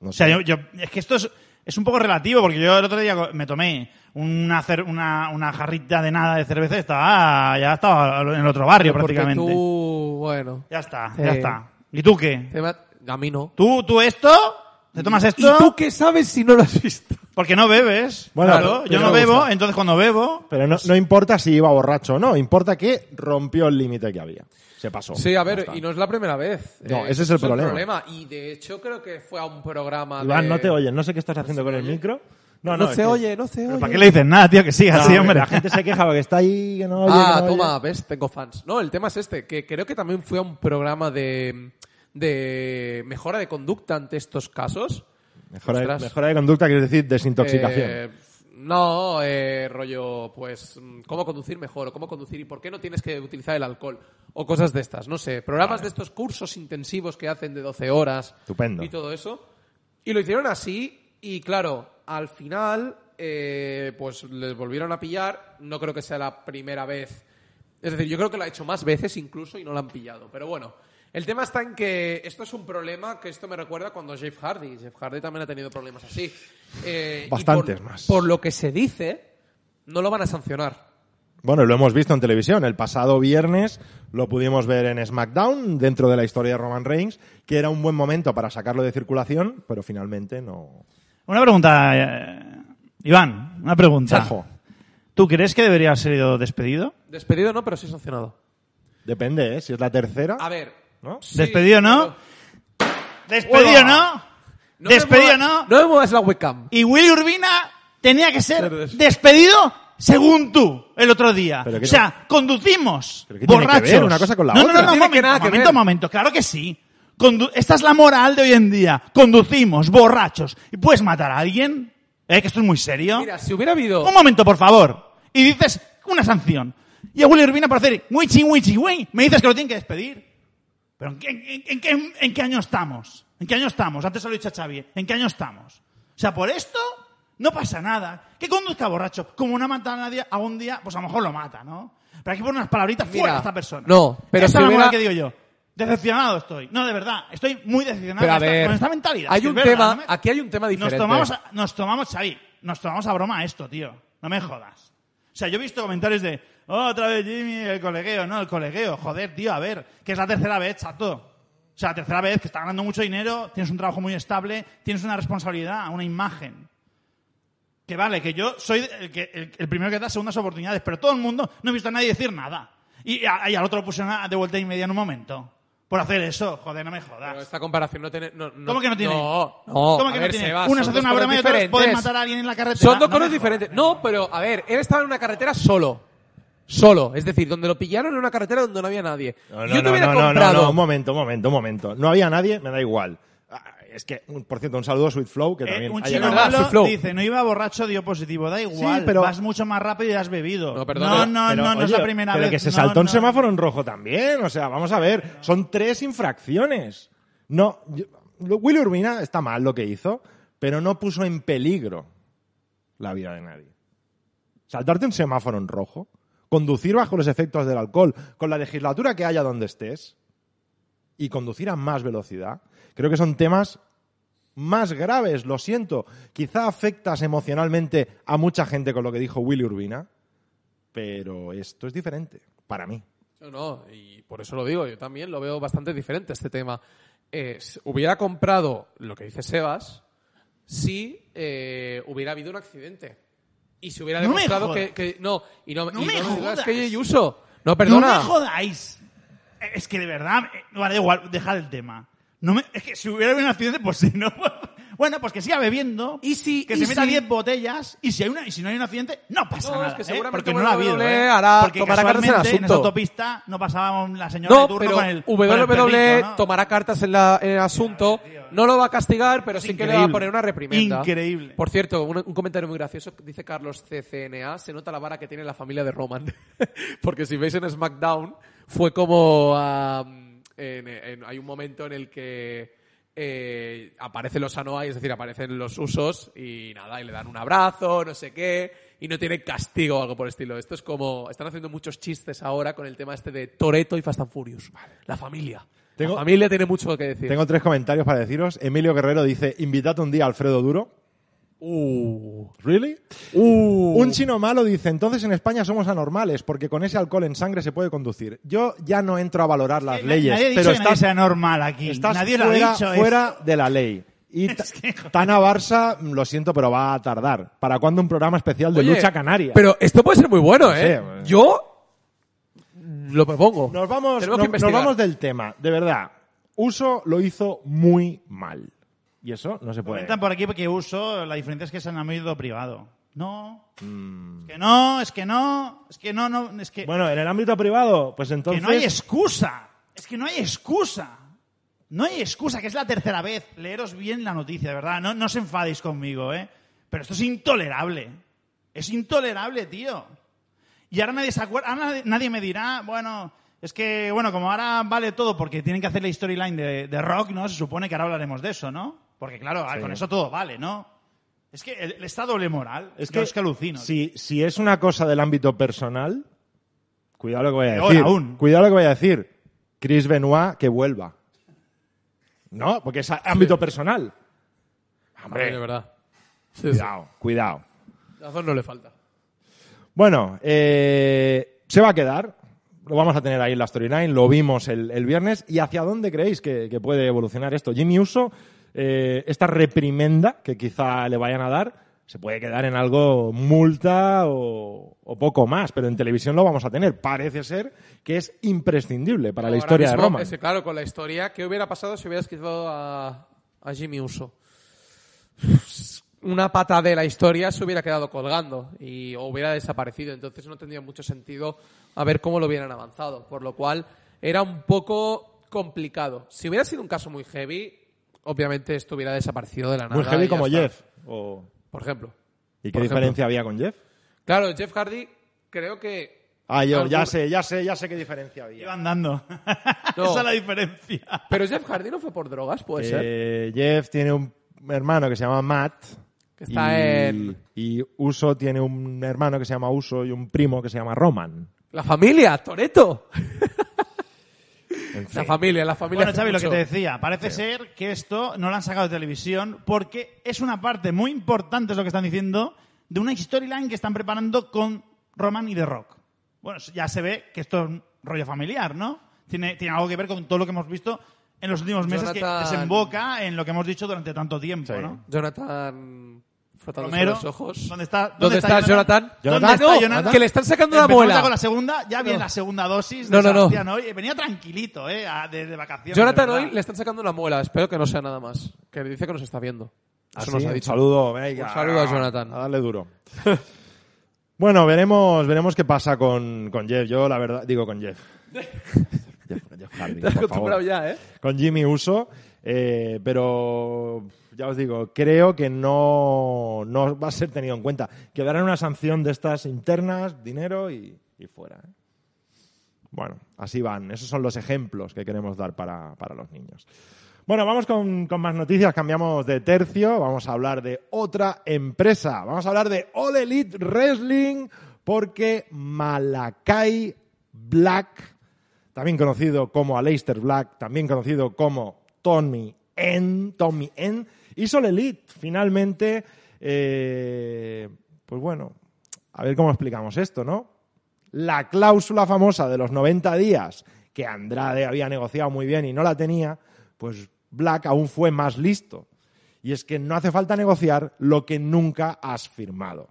[SPEAKER 1] No
[SPEAKER 3] O sea,
[SPEAKER 1] sé.
[SPEAKER 3] yo, yo- es que esto es, es un poco relativo, porque yo el otro día co- me tomé una, cer- una, una jarrita de nada de cerveza y estaba, ya estaba en el otro barrio
[SPEAKER 2] Porque
[SPEAKER 3] prácticamente.
[SPEAKER 2] tú, bueno.
[SPEAKER 3] Ya está,
[SPEAKER 2] Sí.
[SPEAKER 3] ya está. ¿Y tú qué?
[SPEAKER 2] te va- A mí no.
[SPEAKER 3] ¿Tú, tú esto? ¿Te tomas esto?
[SPEAKER 2] ¿Y tú qué sabes si no lo has visto?
[SPEAKER 3] Porque no bebes.
[SPEAKER 1] Bueno,
[SPEAKER 3] claro,
[SPEAKER 1] pero
[SPEAKER 3] yo no
[SPEAKER 1] me gusta.
[SPEAKER 3] bebo, entonces cuando bebo...
[SPEAKER 1] Pero no, no importa si iba borracho o no, importa que rompió el límite que había. Se pasó.
[SPEAKER 2] Sí, a
[SPEAKER 1] Ya
[SPEAKER 2] ver,
[SPEAKER 1] está.
[SPEAKER 2] y no es la primera vez. Eh,
[SPEAKER 1] No, ese es el problema.
[SPEAKER 2] Y de hecho creo que fue a un programa
[SPEAKER 1] Iván,
[SPEAKER 2] de...
[SPEAKER 1] no te oyes, no sé qué estás haciendo con el micro. No, no, es que-
[SPEAKER 2] no se
[SPEAKER 3] ¿Pero ¿Para qué le dices nada, tío? Que siga
[SPEAKER 1] No,
[SPEAKER 3] *laughs* así, hombre.
[SPEAKER 1] La gente se queja porque está ahí que no oye.
[SPEAKER 2] ah,
[SPEAKER 1] que no oye.
[SPEAKER 2] toma, ves, tengo fans. No, el tema es este, que creo que también fue a un programa de, de mejora de conducta ante estos casos.
[SPEAKER 1] Mejora, de,
[SPEAKER 2] Ostras.
[SPEAKER 1] mejora de conducta, quiere decir desintoxicación.
[SPEAKER 2] Eh, no, eh, rollo, pues, mm, cómo conducir mejor, o cómo conducir y por qué no tienes que utilizar el alcohol, o cosas de estas, no sé. Programas de estos cursos intensivos que hacen de 12 horas
[SPEAKER 1] Estupendo.
[SPEAKER 2] y todo eso. Y lo hicieron así, y claro, al final, eh, pues les volvieron a pillar. No creo que sea la primera vez. Es decir, yo creo que lo ha hecho más veces incluso y no lo han pillado. Pero bueno, el tema está en que esto es un problema que esto me recuerda cuando Jeff Hardy. Jeff Hardy también ha tenido problemas así. Eh, y
[SPEAKER 1] Bastantes
[SPEAKER 2] por-
[SPEAKER 1] más.
[SPEAKER 2] Por lo que se dice, no lo van a sancionar.
[SPEAKER 1] Bueno, lo hemos visto en televisión. El pasado viernes lo pudimos ver en SmackDown, dentro de la historia de Roman Reigns, que era un buen momento para sacarlo de circulación, pero finalmente no.
[SPEAKER 3] Una pregunta, eh, Iván, una pregunta.
[SPEAKER 1] Ojo,
[SPEAKER 3] ¿Tú crees que debería haber sido despedido?
[SPEAKER 2] Despedido no, pero sí sancionado.
[SPEAKER 1] depende, ¿eh? Si es la tercera.
[SPEAKER 2] A ver.
[SPEAKER 1] ¿No?
[SPEAKER 2] sí,
[SPEAKER 3] ¿Despedido no? ¿Despedido
[SPEAKER 2] Hola.
[SPEAKER 3] no?
[SPEAKER 2] me
[SPEAKER 3] ¿Despedido
[SPEAKER 2] muevas-
[SPEAKER 3] no?
[SPEAKER 2] No me muevas la webcam.
[SPEAKER 3] Y Willy Urbina tenía que ser
[SPEAKER 2] Pero es-
[SPEAKER 3] despedido según tú el otro día.
[SPEAKER 1] Pero que
[SPEAKER 3] O sea, conducimos
[SPEAKER 1] Pero que tiene que
[SPEAKER 3] borrachos.
[SPEAKER 1] ver una cosa con la
[SPEAKER 3] no,
[SPEAKER 1] otra.
[SPEAKER 3] No, no,
[SPEAKER 2] No
[SPEAKER 3] no,
[SPEAKER 2] tiene
[SPEAKER 3] momento,
[SPEAKER 2] que nada que
[SPEAKER 3] momento,
[SPEAKER 2] ver.
[SPEAKER 3] momento, claro que sí. Condu- Esta es la moral de hoy en día. Conducimos borrachos. ¿Y puedes matar a alguien? ¿Eh? Que esto es muy serio.
[SPEAKER 2] Mira, si hubiera habido.
[SPEAKER 3] Un momento, por favor. Y dices una sanción. Y a Willy Urbina por hacer wichi, wichi, wey, me dices que lo tienen que despedir. Pero ¿en qué, en- en qué- en qué año estamos? ¿En qué año estamos? Antes se lo he dicho a Xavi. ¿En qué año estamos? O sea, por esto no pasa nada. Que conduzca borracho. Como no mata a nadie, a un día, pues a lo mejor lo mata, ¿no? Pero aquí por unas palabritas fuera
[SPEAKER 2] Mira,
[SPEAKER 3] de esta persona.
[SPEAKER 2] no, pero si
[SPEAKER 3] Esa es la moral
[SPEAKER 2] hubiera-
[SPEAKER 3] que digo yo. Decepcionado estoy. No, de verdad. Estoy muy decepcionado
[SPEAKER 2] Pero a
[SPEAKER 3] con esta-
[SPEAKER 2] ver,
[SPEAKER 3] con esta mentalidad.
[SPEAKER 2] hay
[SPEAKER 3] Es
[SPEAKER 2] un
[SPEAKER 3] verdad,
[SPEAKER 2] tema-
[SPEAKER 3] no me-
[SPEAKER 2] aquí hay un tema diferente.
[SPEAKER 3] Nos tomamos, a- nos tomamos, Xavi, nos tomamos a broma esto, tío. No me jodas. O sea, yo he visto comentarios de, oh, otra vez Jimmy, el colegueo, no, el colegueo. Joder, tío, a ver, que es la tercera vez, chato. O sea, la tercera vez que está ganando mucho dinero, tienes un trabajo muy estable, tienes una responsabilidad, una imagen. Que vale, que yo soy el, que- el- el primero que da segundas oportunidades, pero todo el mundo, no he visto a nadie decir nada. Y, a- y al otro lo pusieron a- de vuelta y media en un momento. Por hacer eso, joder, no me jodas.
[SPEAKER 2] Pero esta comparación no tiene. No, no-
[SPEAKER 3] ¿Cómo que no tiene?
[SPEAKER 2] No, no.
[SPEAKER 3] ¿Cómo
[SPEAKER 2] a
[SPEAKER 3] que no
[SPEAKER 2] ver,
[SPEAKER 3] tiene?
[SPEAKER 2] Sebas,
[SPEAKER 3] Unas
[SPEAKER 2] son
[SPEAKER 3] hacen
[SPEAKER 2] dos
[SPEAKER 3] una broma y
[SPEAKER 2] cosas
[SPEAKER 3] otras pueden
[SPEAKER 2] diferentes.
[SPEAKER 3] matar a alguien en la carretera.
[SPEAKER 2] Son dos
[SPEAKER 3] No me
[SPEAKER 2] cosas
[SPEAKER 3] jodas.
[SPEAKER 2] diferentes. No, pero a ver, él estaba en una carretera solo. Solo. Es decir, donde lo pillaron en una carretera donde no había nadie.
[SPEAKER 1] No,
[SPEAKER 2] Yo
[SPEAKER 1] no,
[SPEAKER 2] te
[SPEAKER 1] no,
[SPEAKER 2] hubiera
[SPEAKER 1] no, no,
[SPEAKER 2] comprado.
[SPEAKER 1] no, un momento, un momento, un momento. No había nadie, me da igual. Ah, Es que, un- por cierto, un saludo a Sweet Flow, que
[SPEAKER 3] Eh,
[SPEAKER 1] también.
[SPEAKER 3] un
[SPEAKER 1] ha
[SPEAKER 3] chino
[SPEAKER 1] llegado.
[SPEAKER 2] verdad, soy
[SPEAKER 3] malo
[SPEAKER 2] flow.
[SPEAKER 3] dice, no iba borracho, dio positivo. Da igual,
[SPEAKER 1] pero-
[SPEAKER 3] vas mucho más rápido y has bebido.
[SPEAKER 2] No, perdón,
[SPEAKER 3] no,
[SPEAKER 2] pero-
[SPEAKER 3] no,
[SPEAKER 1] Pero,
[SPEAKER 3] no, no es
[SPEAKER 1] oye,
[SPEAKER 3] la primera
[SPEAKER 1] pero
[SPEAKER 3] vez.
[SPEAKER 1] que se
[SPEAKER 3] No,
[SPEAKER 1] saltó un
[SPEAKER 3] no.
[SPEAKER 1] semáforo en rojo también. O sea, vamos a ver, son tres infracciones. No, yo- lo- Willy Urbina está mal lo que hizo, pero no puso en peligro la vida de nadie. Saltarte un semáforo en rojo, conducir bajo los efectos del alcohol, con la legislatura que haya donde estés, y conducir a más velocidad, creo que son temas más graves, lo siento. Quizá afectas emocionalmente a mucha gente con lo que dijo Willy Urbina, pero esto es diferente, para mí.
[SPEAKER 2] No, no, y por eso lo digo, yo también lo veo bastante diferente este tema. Eh, si hubiera comprado lo que dice Sebas si eh, hubiera habido un accidente. Y se hubiera
[SPEAKER 3] No me
[SPEAKER 2] demostrado
[SPEAKER 3] jodas.
[SPEAKER 2] que, que- No, y no,
[SPEAKER 3] No
[SPEAKER 2] y
[SPEAKER 3] me
[SPEAKER 2] no digas
[SPEAKER 3] jodas.
[SPEAKER 2] que hay uso. No, perdona.
[SPEAKER 3] No me jodáis. Es que de verdad, eh, vale, igual, dejad el tema. No me, es que si hubiera habido un accidente, pues si no. *laughs* Bueno, pues que siga bebiendo.
[SPEAKER 2] Y si-
[SPEAKER 3] que
[SPEAKER 2] y
[SPEAKER 3] se meta
[SPEAKER 2] si-
[SPEAKER 3] 10 botellas. Y si, hay una, y si no hay un accidente, no pasa
[SPEAKER 2] No, es
[SPEAKER 3] nada.
[SPEAKER 2] que
[SPEAKER 3] ¿eh?
[SPEAKER 2] seguramente
[SPEAKER 3] Porque no lo ha habido.
[SPEAKER 2] WWE
[SPEAKER 3] ¿eh?
[SPEAKER 2] hará-
[SPEAKER 3] Porque
[SPEAKER 2] tomará cartas en el
[SPEAKER 3] casualmente, en esa
[SPEAKER 2] asunto.
[SPEAKER 3] autopista no pasaba la señora de
[SPEAKER 2] No,
[SPEAKER 3] turno
[SPEAKER 2] pero
[SPEAKER 3] con el. con el
[SPEAKER 2] WWE
[SPEAKER 3] perrito, ¿no?
[SPEAKER 2] tomará cartas en, la- en el asunto. No lo va a castigar, pero sí que le va a
[SPEAKER 3] increíble.
[SPEAKER 2] poner una reprimenda.
[SPEAKER 3] Increíble.
[SPEAKER 2] Por cierto, un, un comentario muy gracioso que dice Carlos CCNA. Se nota la vara que tiene la familia de Roman. *laughs* Porque si veis en SmackDown, fue como. ah, en- en- hay un momento en el que. eh, aparecen los Anoa, es decir, aparecen los usos y nada, y le dan un abrazo, no sé qué, y no tiene castigo o algo por el estilo. Esto es como, están haciendo muchos chistes ahora con el tema este de Toreto y Fast and Furious. La familia.
[SPEAKER 1] Tengo-
[SPEAKER 2] La familia tiene mucho que decir.
[SPEAKER 1] Tengo tres comentarios para deciros. Emilio Guerrero dice, invitad un día a Alfredo Duro.
[SPEAKER 2] Uh,
[SPEAKER 1] ¿Really?
[SPEAKER 2] uh.
[SPEAKER 1] Un chino malo dice, entonces en España somos anormales porque con ese alcohol en sangre se puede conducir. Yo ya no entro a valorar las
[SPEAKER 3] Eh, na-
[SPEAKER 1] leyes,
[SPEAKER 3] nadie ha dicho
[SPEAKER 1] pero
[SPEAKER 3] que nadie
[SPEAKER 1] estás,
[SPEAKER 3] sea normal aquí.
[SPEAKER 1] estás
[SPEAKER 3] nadie lo
[SPEAKER 1] fuera,
[SPEAKER 3] ha dicho. es-
[SPEAKER 1] fuera de la ley. Y ta- Tana Barça, lo siento, pero va a tardar. ¿Para cuándo un programa especial de
[SPEAKER 2] Oye,
[SPEAKER 1] lucha canaria?
[SPEAKER 2] Pero esto puede ser muy bueno,
[SPEAKER 1] sé,
[SPEAKER 2] ¿eh?
[SPEAKER 1] bueno.
[SPEAKER 2] Yo lo propongo.
[SPEAKER 1] Nos vamos,
[SPEAKER 2] Tenemos
[SPEAKER 1] no-
[SPEAKER 2] que
[SPEAKER 1] nos
[SPEAKER 2] investigar.
[SPEAKER 1] vamos del tema, de verdad. Uso lo hizo muy mal. Y eso no se puede.
[SPEAKER 3] Comentan por aquí porque uso, la diferencia es que es en ámbito privado. No.
[SPEAKER 1] Mm.
[SPEAKER 3] Es que no, es que no, es que no, no, *laughs* es que,
[SPEAKER 1] Bueno, en el ámbito privado, pues
[SPEAKER 3] que
[SPEAKER 1] entonces...
[SPEAKER 3] no hay excusa. Es que no hay excusa. No hay excusa, que es la tercera vez. Leeros bien la noticia, de verdad. No, no os enfadéis conmigo, ¿eh? Pero esto es intolerable. Es intolerable, tío. Y ahora nadie se acuerda, ahora nadie, nadie me dirá, bueno, es que, bueno, como ahora vale todo porque tienen que hacer la storyline de, de Rock, ¿no? Se supone que ahora hablaremos de eso, ¿no? Porque claro, ah,
[SPEAKER 1] Sí.
[SPEAKER 3] con eso todo vale, ¿no? Es que el, está doble moral. Es que, es que alucino. tío.
[SPEAKER 1] Si, si es una cosa del ámbito personal, cuidado lo que voy a
[SPEAKER 3] Peor
[SPEAKER 1] decir.
[SPEAKER 3] aún.
[SPEAKER 1] Cuidado lo que voy a decir. Chris Benoit que vuelva. No, porque es a- ámbito personal.
[SPEAKER 2] Hombre, de
[SPEAKER 1] Hombre,
[SPEAKER 2] verdad. Sí, sí.
[SPEAKER 1] cuidado, cuidado.
[SPEAKER 2] Razón no le falta.
[SPEAKER 1] Bueno, eh, se va a quedar. Lo vamos a tener ahí en la storyline. Lo vimos el, el viernes. ¿Y hacia dónde creéis que, que puede evolucionar esto? Jimmy Uso, eh, esta reprimenda que quizá le vayan a dar, se puede quedar en algo multa o, o poco más. Pero en televisión lo vamos a tener. Parece ser que es imprescindible para la
[SPEAKER 2] Ahora
[SPEAKER 1] historia de
[SPEAKER 2] mismo,
[SPEAKER 1] Roman.
[SPEAKER 2] ese, claro, con la historia, ¿qué hubiera pasado si hubieras quitado a, a Jimmy Uso? Una pata de la historia se hubiera quedado colgando y o hubiera desaparecido, entonces no tendría mucho sentido a ver cómo lo hubieran avanzado, por lo cual era un poco complicado. Si hubiera sido un caso muy heavy, obviamente esto hubiera desaparecido de la nada.
[SPEAKER 1] Muy heavy
[SPEAKER 2] y ya
[SPEAKER 1] como
[SPEAKER 2] está.
[SPEAKER 1] Jeff. O-
[SPEAKER 2] Por ejemplo.
[SPEAKER 1] ¿Y qué
[SPEAKER 2] Por ejemplo.
[SPEAKER 1] diferencia había con Jeff?
[SPEAKER 2] Claro, Jeff Hardy creo que...
[SPEAKER 1] *laughs* Ah, yo ya
[SPEAKER 2] algún-
[SPEAKER 1] sé, ya sé, ya sé qué diferencia había.
[SPEAKER 3] Iba andando.
[SPEAKER 2] No.
[SPEAKER 3] Esa es la diferencia.
[SPEAKER 2] Pero Jeff Hardy no fue por drogas, puede ser.
[SPEAKER 1] Eh, Jeff tiene un hermano que se llama Matt.
[SPEAKER 2] Que está
[SPEAKER 1] y,
[SPEAKER 2] en-
[SPEAKER 1] y Uso tiene un hermano que se llama Uso y un primo que se llama Roman.
[SPEAKER 2] La familia, Toreto.
[SPEAKER 1] En fin.
[SPEAKER 2] La familia, la familia.
[SPEAKER 3] Bueno,
[SPEAKER 2] hace
[SPEAKER 3] Xavi, lo que
[SPEAKER 2] mucho.
[SPEAKER 3] te decía, parece ser que esto no lo han sacado de televisión porque es una parte muy importante, es lo que están diciendo, de una storyline que están preparando con Roman y The Rock. Bueno, ya se ve que esto es un rollo familiar, ¿no? Tiene, tiene algo que ver con todo lo que hemos visto en los últimos meses
[SPEAKER 2] Jonathan-
[SPEAKER 3] que desemboca en lo que hemos dicho durante tanto tiempo,
[SPEAKER 1] Sí.
[SPEAKER 3] ¿no?
[SPEAKER 2] Jonathan frotándose
[SPEAKER 3] Romero,
[SPEAKER 2] los ojos.
[SPEAKER 3] ¿dónde está- dónde
[SPEAKER 2] ¿Dónde
[SPEAKER 3] está
[SPEAKER 2] está Jonathan?
[SPEAKER 1] Jonathan? Jonathan,
[SPEAKER 2] Ah, no,
[SPEAKER 3] está Jonathan?
[SPEAKER 2] Que le están sacando una
[SPEAKER 3] Empezamos
[SPEAKER 2] bola.
[SPEAKER 3] ya con la segunda, ya viene
[SPEAKER 2] No.
[SPEAKER 3] la segunda dosis.
[SPEAKER 2] No,
[SPEAKER 3] de
[SPEAKER 2] no, no.
[SPEAKER 3] Sebastián hoy. Venía tranquilito, ¿eh? a- De, de vacaciones.
[SPEAKER 2] Jonathan
[SPEAKER 3] de verdad.
[SPEAKER 2] hoy le están sacando una muela. Espero que no sea nada más. Que le dice que nos está viendo.
[SPEAKER 1] Ah,
[SPEAKER 2] Eso
[SPEAKER 1] sí,
[SPEAKER 2] nos ha
[SPEAKER 1] un
[SPEAKER 2] dicho.
[SPEAKER 1] saludo, venga.
[SPEAKER 2] Un saludo a Jonathan.
[SPEAKER 1] A darle duro. *laughs* bueno, veremos, veremos qué pasa con, con Jeff. Yo, la verdad, digo con
[SPEAKER 2] *laughs*
[SPEAKER 1] Jeff. Jeff, Jeff Hardy,
[SPEAKER 2] Te *laughs*
[SPEAKER 1] por
[SPEAKER 2] has
[SPEAKER 1] favor.
[SPEAKER 2] acostumbrado ya, ¿eh?
[SPEAKER 1] con Jimmy Uso, eh, pero ya os digo, creo que no, no va a ser tenido en cuenta. Quedará en una sanción de estas internas, dinero y, y fuera. ¿eh? Bueno, así van. Esos son los ejemplos que queremos dar para, para los niños. Bueno, vamos con, con más noticias. Cambiamos de tercio. Vamos a hablar de otra empresa. Vamos a hablar de All Elite Wrestling porque Malakai Black, también conocido como Aleister Black, también conocido como Tommy N, Tommy N, Y Sol Elite, finalmente, eh, pues bueno, a ver cómo explicamos esto, ¿no? La cláusula famosa de los 90 días que Andrade había negociado muy bien y no la tenía, pues Black aún fue más listo. Y es que no hace falta negociar lo que nunca has firmado.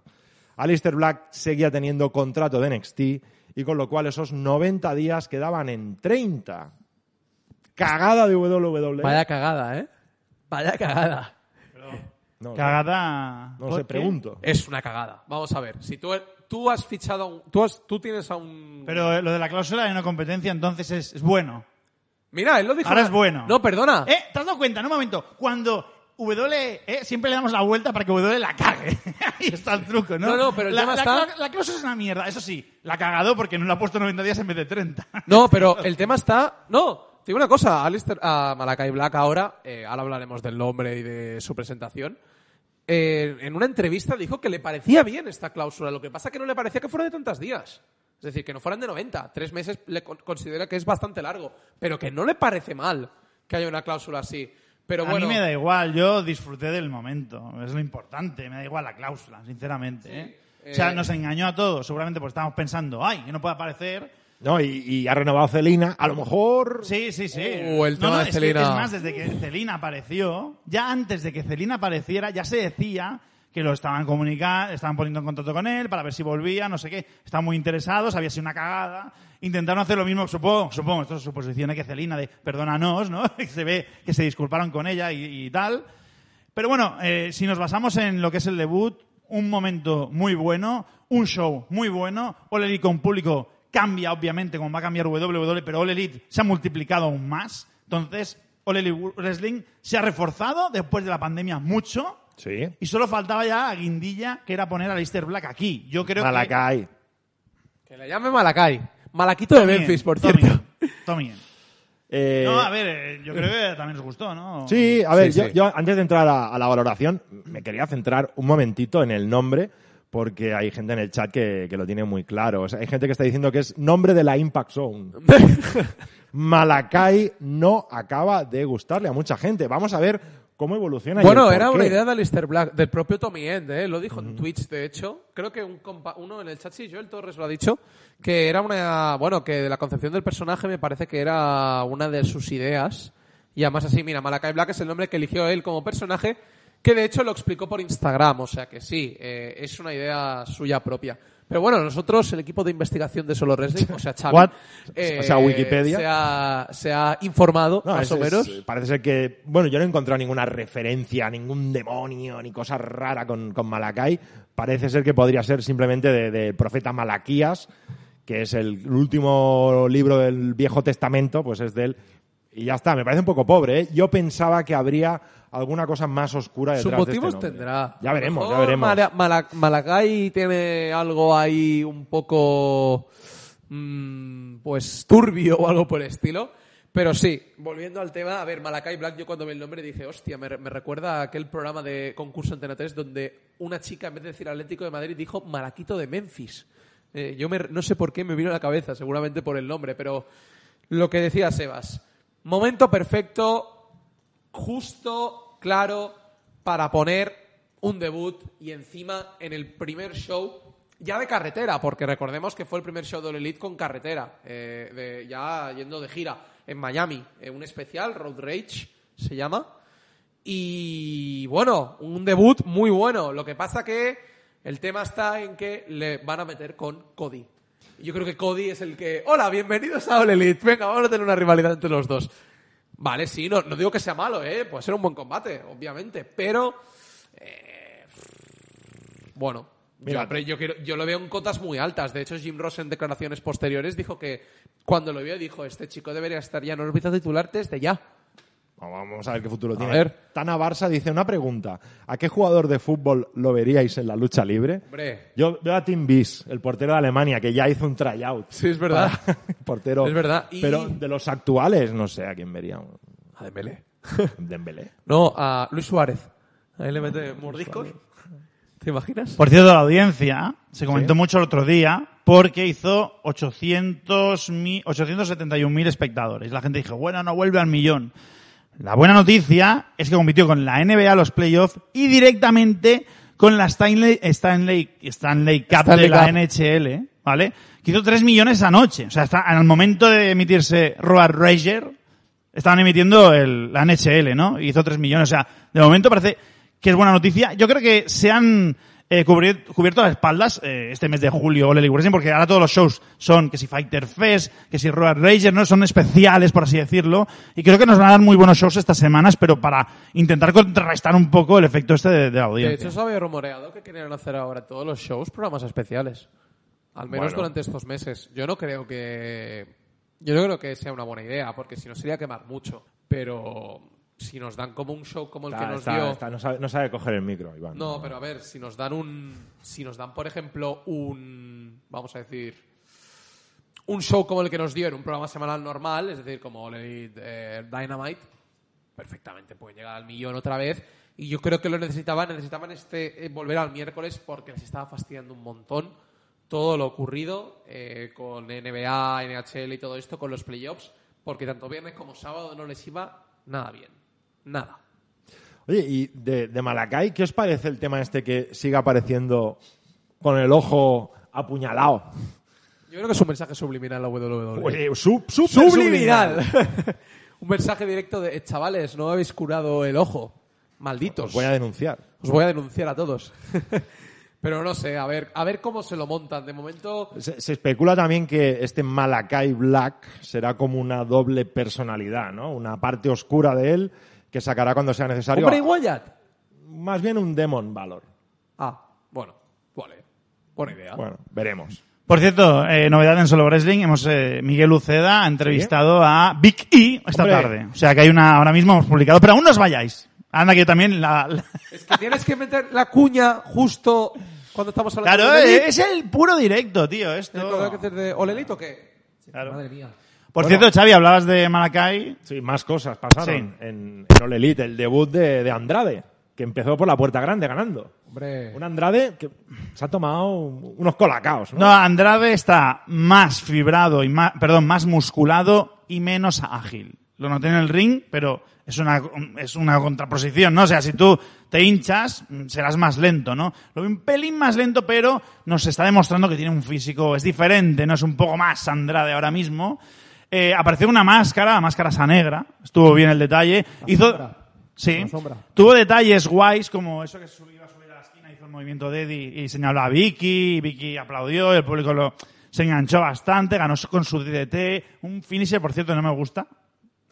[SPEAKER 1] Alistair Black seguía teniendo contrato de NXT y con lo cual esos 90 días quedaban en 30. Cagada de E. WWE.
[SPEAKER 2] Vaya cagada, ¿eh? Vaya cagada.
[SPEAKER 1] No,
[SPEAKER 3] Cagada.
[SPEAKER 1] No,
[SPEAKER 3] ¿Por
[SPEAKER 1] se
[SPEAKER 3] qué?
[SPEAKER 1] pregunto.
[SPEAKER 2] Es una cagada. Vamos a ver. Si tú, tú has fichado a un- tú, has- tú tienes a un.
[SPEAKER 3] Pero eh, lo de la cláusula de no competencia entonces es, es bueno.
[SPEAKER 2] Mira, él lo dijo.
[SPEAKER 3] Ahora es bueno.
[SPEAKER 2] No, perdona.
[SPEAKER 3] ¿Eh? ¿Te has dado cuenta? En un momento, cuando W eh, siempre le damos la vuelta para que W la cague. *laughs* Ahí está el truco, ¿no?
[SPEAKER 2] No, no, pero el
[SPEAKER 3] la,
[SPEAKER 2] tema
[SPEAKER 3] la
[SPEAKER 2] está-
[SPEAKER 3] cla- la cláusula es una mierda, eso sí. La ha cagado porque no la ha puesto 90 días en vez de 30.
[SPEAKER 2] No, pero el tema está. No, te digo una cosa. Alistair, a Malakai Black ahora, eh, ahora hablaremos del nombre y de su presentación. eh, en una entrevista dijo que le parecía bien esta cláusula. Lo que pasa que no le parecía que fuera de tantos días. Es decir, que no fueran de 90. Tres meses le con- considera que es bastante largo. Pero que no le parece mal que haya una cláusula así. Pero bueno.
[SPEAKER 3] *laughs* A mí me da igual, yo disfruté del momento, es lo importante, me da igual la cláusula, sinceramente. ¿eh?
[SPEAKER 2] eh.
[SPEAKER 3] O sea, nos engañó a todos, seguramente porque estábamos pensando, ay, que no puede aparecer.
[SPEAKER 1] No, y, y ha renovado Celina. A lo mejor.
[SPEAKER 3] Sí, sí, sí.
[SPEAKER 2] Uh, el tema
[SPEAKER 3] no, no,
[SPEAKER 2] de
[SPEAKER 3] es que-
[SPEAKER 2] Celina.
[SPEAKER 3] es más, desde que Celina apareció, ya antes de que Celina apareciera, ya se decía que lo estaban comunicando, estaban poniendo en contacto con él para ver si volvía, no sé qué. Estaban muy interesados, había sido una cagada. Intentaron hacer lo mismo, supongo, supongo, esto es suposición de que Celina de perdónanos, ¿no? *laughs* Que se ve que se disculparon con ella y, y tal. Pero bueno, eh, si nos basamos en lo que es el debut, un momento muy bueno, un show muy bueno, All Elite con público cambia, obviamente, como va a cambiar WWE, pero All Elite se ha multiplicado aún más. Entonces, All Elite Wrestling se ha reforzado después de la pandemia mucho
[SPEAKER 1] Sí.
[SPEAKER 3] y solo faltaba ya a Guindilla, que era poner a Lister Black aquí. Yo creo que...
[SPEAKER 1] Malakai.
[SPEAKER 2] Que le llame Malakai. Malaquito de Memphis, por
[SPEAKER 3] Tommy,
[SPEAKER 2] cierto.
[SPEAKER 3] Tommy.
[SPEAKER 2] *laughs*
[SPEAKER 1] Eh,
[SPEAKER 3] No, a ver, eh, yo creo que también os gustó, ¿no?
[SPEAKER 1] Sí, a ver,
[SPEAKER 2] Sí,
[SPEAKER 1] yo,
[SPEAKER 2] sí.
[SPEAKER 1] yo antes de entrar a, a la valoración, me quería centrar un momentito en el nombre, porque hay gente en el chat que, que lo tiene muy claro. O sea, hay gente que está diciendo que es nombre de la Impact
[SPEAKER 2] *laughs*
[SPEAKER 1] Zone. Malakai no acaba de gustarle a mucha gente. Vamos a ver cómo evoluciona. y
[SPEAKER 2] Bueno,
[SPEAKER 1] el
[SPEAKER 2] era
[SPEAKER 1] porqué.
[SPEAKER 2] una idea de Alistair Black, del propio Tommy End, ¿eh? lo dijo en Twitch, de hecho. Creo que un compa- uno en el chat, sí, Joel Torres lo ha dicho, que era una. Bueno, que de la concepción del personaje me parece que era una de sus ideas. Y además, así, mira, Malakai Black es el nombre que eligió él como personaje, que de hecho lo explicó por Instagram, o sea que sí, eh, es una idea suya propia. Pero bueno, nosotros, el equipo de investigación de Solo Wrestling, o sea, Xavi,
[SPEAKER 1] *laughs*
[SPEAKER 2] eh,
[SPEAKER 1] What? O sea, Wikipedia.
[SPEAKER 2] Se ha, se ha informado,
[SPEAKER 1] No,
[SPEAKER 2] más
[SPEAKER 1] es-
[SPEAKER 2] o
[SPEAKER 1] es-
[SPEAKER 2] menos.
[SPEAKER 1] parece ser que, bueno, yo no he encontrado ninguna referencia, ningún demonio, ni cosa rara con, con Malakai. Parece ser que podría ser simplemente de, de profeta Malaquías, que es el último libro del Viejo Testamento, pues es de él. Y ya está, me parece un poco pobre, ¿eh? Yo pensaba que habría alguna cosa más oscura detrás
[SPEAKER 2] Sus
[SPEAKER 1] de este
[SPEAKER 2] motivos
[SPEAKER 1] nombre.
[SPEAKER 2] tendrá.
[SPEAKER 1] Ya veremos, ya
[SPEAKER 2] Mejor
[SPEAKER 1] veremos.
[SPEAKER 2] Mala- Mala- Malakai tiene algo ahí un poco. mm, pues turbio o algo por el estilo. Pero sí, volviendo al tema, a ver, Malakai Black, yo cuando vi el nombre dije, hostia, me, re- me recuerda a aquel programa de concurso Antena 3 donde una chica, en vez de decir Atlético de Madrid, dijo Malaquito de Memphis. Eh, yo me- no sé por qué me vino a la cabeza, seguramente por el nombre, pero lo que decía Sebas, momento perfecto, justo, claro, para poner un debut y encima en el primer show ya de carretera, porque recordemos que fue el primer show de All Elite con carretera, eh, de- ya yendo de gira en Miami, eh, un especial, Road Rage se llama. Y bueno, un debut muy bueno. Lo que pasa que el tema está en que le van a meter con Cody. Yo creo que Cody es el que. Hola, bienvenidos a All Elite. Venga, vamos a tener una rivalidad entre los dos. Vale, sí, no, no digo que sea malo, ¿eh? Puede ser un buen combate, obviamente. Pero. eh, bueno.
[SPEAKER 1] Mira.
[SPEAKER 2] yo, pero yo, quiero- yo lo veo en cotas muy altas. De hecho, Jim Ross en declaraciones posteriores dijo que cuando lo vio dijo: Este chico debería estar ya en órbita titular desde ya.
[SPEAKER 1] Vamos a ver qué futuro tiene.
[SPEAKER 2] ver.
[SPEAKER 1] Tana Barça dice una pregunta. ¿A qué jugador de fútbol lo veríais en la lucha libre?
[SPEAKER 2] Hombre.
[SPEAKER 1] Yo veo a Tim Bis, el portero de Alemania, que ya hizo un tryout. *laughs*
[SPEAKER 2] Sí, es verdad.
[SPEAKER 1] Para- portero.
[SPEAKER 2] Es verdad. Y-
[SPEAKER 1] Pero de los actuales, no sé a quién vería.
[SPEAKER 2] *laughs* A Dembélé.
[SPEAKER 1] Dembélé.
[SPEAKER 2] No, a Luis Suárez. Ahí le mete mordiscos. ¿Te imaginas?
[SPEAKER 3] Por cierto, la audiencia se comentó mucho el otro día porque hizo 800.000 871.000 espectadores. La gente dijo, bueno, no vuelve al millón. La buena noticia es que compitió con la NBA los playoffs y directamente con la Stanley, Stanley, Stanley Cup
[SPEAKER 2] Stanley
[SPEAKER 3] de la
[SPEAKER 2] Cup.
[SPEAKER 3] NHL, ¿vale? Que hizo 3 millones esa noche. O sea, está, al momento de emitirse Road Rager, estaban emitiendo el, la NHL, ¿no? Y hizo 3 millones. O sea, de momento parece que es buena noticia. Yo creo que se han eh, cubri- cubierto las espaldas eh, este mes de julio, All Elite Wrestling, porque ahora todos los shows son que si Fighter Fest, que si Road Rager, ¿no? Son especiales, por así decirlo. Y creo que nos van a dar muy buenos shows estas semanas, pero para intentar contrarrestar un poco el efecto este de, de la audiencia.
[SPEAKER 2] De hecho, se había rumoreado que querían hacer ahora todos los shows programas especiales. Al menos
[SPEAKER 1] Bueno.
[SPEAKER 2] durante estos meses. Yo no creo que. Yo no creo que sea una buena idea, porque si no sería quemar mucho. Pero si nos dan como un show como el
[SPEAKER 1] Está-
[SPEAKER 2] que nos
[SPEAKER 1] está-
[SPEAKER 2] dio.
[SPEAKER 1] está- no, sabe, no sabe coger el micro, Iván.
[SPEAKER 2] No, pero a ver, si nos dan un. Si nos dan, por ejemplo, un. Vamos a decir. Un show como el que nos dio en un programa semanal normal, es decir, como All Elite, eh, Dynamite, perfectamente puede llegar al millón otra vez. Y yo creo que lo necesitaban, necesitaban este eh, volver al miércoles porque les estaba fastidiando un montón todo lo ocurrido eh, con NBA, NHL y todo esto, con los playoffs, porque tanto viernes como sábado no les iba nada bien. Nada.
[SPEAKER 1] Oye, y de, de Malakai, ¿qué os parece el tema este que siga apareciendo con el ojo apuñalado?
[SPEAKER 2] Yo creo que es un mensaje subliminal la WWE.
[SPEAKER 1] Oye, sub-
[SPEAKER 2] *laughs*
[SPEAKER 1] súper
[SPEAKER 2] subliminal. un mensaje directo de, "Eh, chavales, no habéis curado el ojo. Malditos.
[SPEAKER 1] Os voy a denunciar.
[SPEAKER 2] Os voy a denunciar a todos. *laughs* Pero no sé, a ver, a ver cómo se lo montan. De momento,
[SPEAKER 1] Se, se especula también que este Malakai Black será como una doble personalidad, ¿no? Una parte oscura de él que sacará cuando sea necesario.
[SPEAKER 2] hombre y Wyatt.
[SPEAKER 1] Más bien un Demon Valor.
[SPEAKER 2] Ah, bueno, vale. Buena idea.
[SPEAKER 1] Bueno, veremos.
[SPEAKER 3] Por cierto, eh, novedad en Solo Wrestling, hemos eh, Miguel Uceda ha entrevistado a Big E esta
[SPEAKER 1] Hombre.
[SPEAKER 3] tarde. O sea que hay una, ahora mismo hemos publicado, pero aún no os vayáis. Anda que yo también la... la-
[SPEAKER 2] Es que tienes que meter la cuña justo cuando estamos
[SPEAKER 3] *laughs*
[SPEAKER 2] hablando
[SPEAKER 3] Claro,
[SPEAKER 2] de
[SPEAKER 3] eh, es el puro directo, tío,
[SPEAKER 2] ¿Tengo que
[SPEAKER 3] esto.
[SPEAKER 2] hacer de Olelito qué?
[SPEAKER 3] Claro.
[SPEAKER 2] Madre mía.
[SPEAKER 3] Por
[SPEAKER 1] Bueno.
[SPEAKER 3] cierto, Xavi, hablabas de Malakai.
[SPEAKER 1] Sí, más cosas pasaron en, en All Elite. El debut de, de Andrade, que empezó por la puerta grande ganando.
[SPEAKER 2] Hombre.
[SPEAKER 1] Un Andrade que se ha tomado un- unos colacaos, ¿no?
[SPEAKER 3] No, Andrade está más fibrado y más, perdón, más musculado y menos ágil. Lo noté en el ring, pero es una, es una contraposición, ¿no? O sea, si tú te hinchas, mm, serás más lento, ¿no? Lo vi un pelín más lento, pero nos está demostrando que tiene un físico, es diferente, ¿no? Es un poco más Andrade ahora mismo. Eh, apareció una máscara, la máscara esa negra, estuvo bien el detalle. Hizo,
[SPEAKER 2] sombra.
[SPEAKER 3] sí,
[SPEAKER 2] La sombra.
[SPEAKER 3] tuvo detalles guays como eso que subió a subir a la esquina, hizo el movimiento de Eddie y señaló a Vicky, y Vicky aplaudió, el público lo, se enganchó bastante, ganó con su DDT, un finisher, por cierto, no me gusta.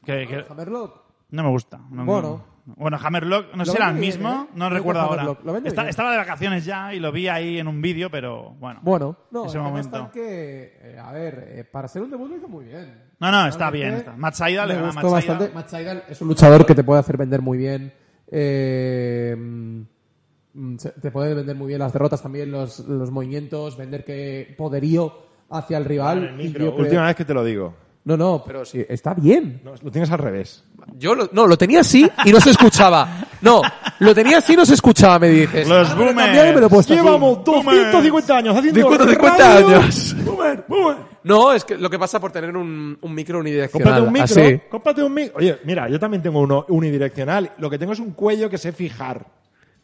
[SPEAKER 3] Que, que-
[SPEAKER 2] Hammerlock.
[SPEAKER 3] no me gusta. no-
[SPEAKER 2] Bueno.
[SPEAKER 3] Bueno, Hammerlock, no sé
[SPEAKER 2] Lo
[SPEAKER 3] si era el
[SPEAKER 2] vende bien,
[SPEAKER 3] mismo,
[SPEAKER 2] ¿eh?
[SPEAKER 3] no
[SPEAKER 2] Creo que
[SPEAKER 3] recuerdo ahora.
[SPEAKER 2] Hammerlock, lo vende
[SPEAKER 3] Esta-
[SPEAKER 2] bien.
[SPEAKER 3] estaba de vacaciones ya y lo vi ahí en un vídeo, pero bueno.
[SPEAKER 2] Bueno, no,
[SPEAKER 3] Ese
[SPEAKER 2] el tema
[SPEAKER 3] momento.
[SPEAKER 2] está en que, eh, a ver, eh, para ser un debut lo hizo muy bien.
[SPEAKER 3] No, no, está
[SPEAKER 2] Realmente,
[SPEAKER 3] bien, está. Matt Sydal,
[SPEAKER 2] me
[SPEAKER 3] le gana
[SPEAKER 2] gustó
[SPEAKER 3] Matt Sydal.
[SPEAKER 2] bastante. Matt Sydal es un luchador que te puede hacer vender muy bien. eh, mm, se- te puede vender muy bien las derrotas también, los, los movimientos, vender que poderío hacia el rival.
[SPEAKER 1] En el
[SPEAKER 2] y
[SPEAKER 1] micro.
[SPEAKER 2] yo creo-
[SPEAKER 1] Última vez que te lo digo.
[SPEAKER 2] No, no, pero sí, está bien.
[SPEAKER 1] No, lo tienes al revés.
[SPEAKER 2] Yo no, lo tenía así y no se escuchaba. No, lo tenía así y no se escuchaba, me dices.
[SPEAKER 3] Los boomers.
[SPEAKER 1] Pues Llevamos
[SPEAKER 3] Boomer.
[SPEAKER 1] 250 años haciendo
[SPEAKER 2] 250
[SPEAKER 1] radio.
[SPEAKER 2] años.
[SPEAKER 1] Boomer, boomer.
[SPEAKER 2] No, es que lo que pasa por tener un, un micro unidireccional. Ah,
[SPEAKER 1] Cómprate un micro.
[SPEAKER 2] así.
[SPEAKER 1] Cómprate un micro. Oye, mira, yo también tengo uno unidireccional. Lo que tengo es un cuello que sé fijar.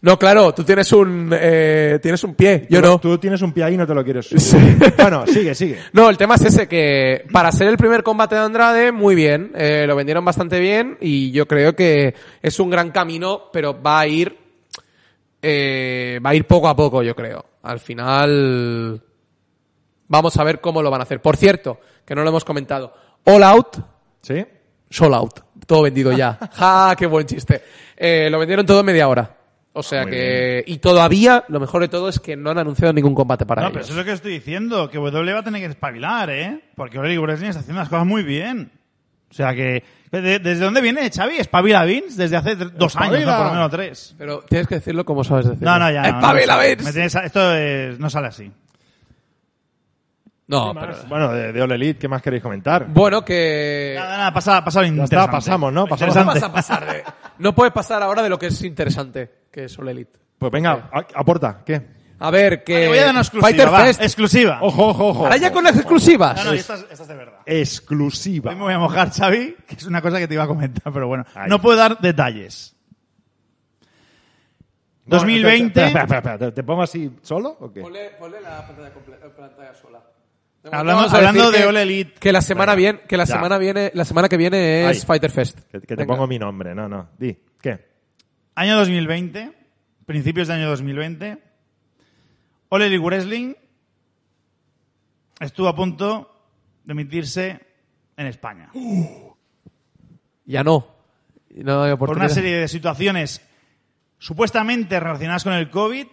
[SPEAKER 2] No, claro, tú tienes un, eh, tienes un pie, yo
[SPEAKER 1] Tú-
[SPEAKER 2] no.
[SPEAKER 1] Tú tienes un pie ahí y no te lo quieres subir. Bueno, sigue, sigue.
[SPEAKER 2] No, el tema es ese, que para ser el primer combate de Andrade, muy bien, eh, lo vendieron bastante bien y yo creo que es un gran camino, pero va a ir, eh, va a ir poco a poco, yo creo. Al final, vamos a ver cómo lo van a hacer. Por cierto, que no lo hemos comentado, All Out
[SPEAKER 1] ¿Sí?
[SPEAKER 2] Sold out. Todo vendido ya. ¡Ja! ¡Qué buen chiste! Eh, lo vendieron todo en media hora. O sea
[SPEAKER 1] Muy
[SPEAKER 2] que... Y todavía, lo mejor de todo es que no han anunciado ningún combate para
[SPEAKER 3] No, pero
[SPEAKER 2] ellos.
[SPEAKER 3] eso es lo que estoy diciendo, que W va a tener que espabilar, ¿eh? Porque Ole Wrestling está haciendo las cosas muy bien. O sea que, ¿de- ¿desde dónde viene Xavi? Espabila Vince desde hace tre- dos
[SPEAKER 1] Espabila.
[SPEAKER 3] años, ¿no? por lo menos tres.
[SPEAKER 2] Pero tienes que decirlo como sabes decirlo.
[SPEAKER 3] No, no, ya. no,
[SPEAKER 2] ¡Espabila,
[SPEAKER 3] no,
[SPEAKER 2] Vince!
[SPEAKER 3] me tienes- esto es- no sale así.
[SPEAKER 1] Eh,
[SPEAKER 2] No,
[SPEAKER 1] ¿Qué
[SPEAKER 2] pero...
[SPEAKER 1] más? Bueno, de, de All Elite, ¿qué más queréis comentar?
[SPEAKER 2] Bueno, que...
[SPEAKER 3] Nada, nada, pasa, pasa lo interesante.
[SPEAKER 1] pasamos, ¿no? Pasamos.
[SPEAKER 2] no
[SPEAKER 3] Interesante.
[SPEAKER 2] vas a pasar de... No puedes pasar ahora de lo que es interesante, que es All Elite.
[SPEAKER 1] Eh. Pues venga, a- aporta, ¿qué?
[SPEAKER 2] A ver, que.
[SPEAKER 3] Vale, voy a dar una
[SPEAKER 2] Fighter
[SPEAKER 3] exclusiva. va,
[SPEAKER 2] Fest.
[SPEAKER 3] Exclusiva.
[SPEAKER 1] Ojo, ojo, ojo.
[SPEAKER 2] Ahora ya con las exclusivas.
[SPEAKER 3] No, no, y esta es, esta es de verdad.
[SPEAKER 1] Exclusiva.
[SPEAKER 3] Hoy me voy a mojar, Xavi, que es una cosa que te iba a comentar, pero bueno.
[SPEAKER 1] Ahí.
[SPEAKER 3] No puedo dar detalles.
[SPEAKER 1] No,
[SPEAKER 3] 2020.
[SPEAKER 1] espera, espera, espera, espera, ¿Te, te pongo así solo o qué?
[SPEAKER 2] Ponle, la pantalla, sola.
[SPEAKER 3] Hablamos- hablando de All Elite.
[SPEAKER 2] Que la semana viene, que la
[SPEAKER 1] ya.
[SPEAKER 2] semana viene, la semana que viene es
[SPEAKER 1] Ahí.
[SPEAKER 2] Fighter Fest.
[SPEAKER 1] Que, que te
[SPEAKER 2] Venga.
[SPEAKER 1] pongo mi nombre, no, no. Di, ¿qué?
[SPEAKER 3] Año 2020, principios de año 2020, All Elite Wrestling estuvo a punto de emitirse en España.
[SPEAKER 2] Oh, Ya no. No hay
[SPEAKER 3] Por una
[SPEAKER 2] oportunidad.
[SPEAKER 3] serie de situaciones supuestamente relacionadas con el COVID,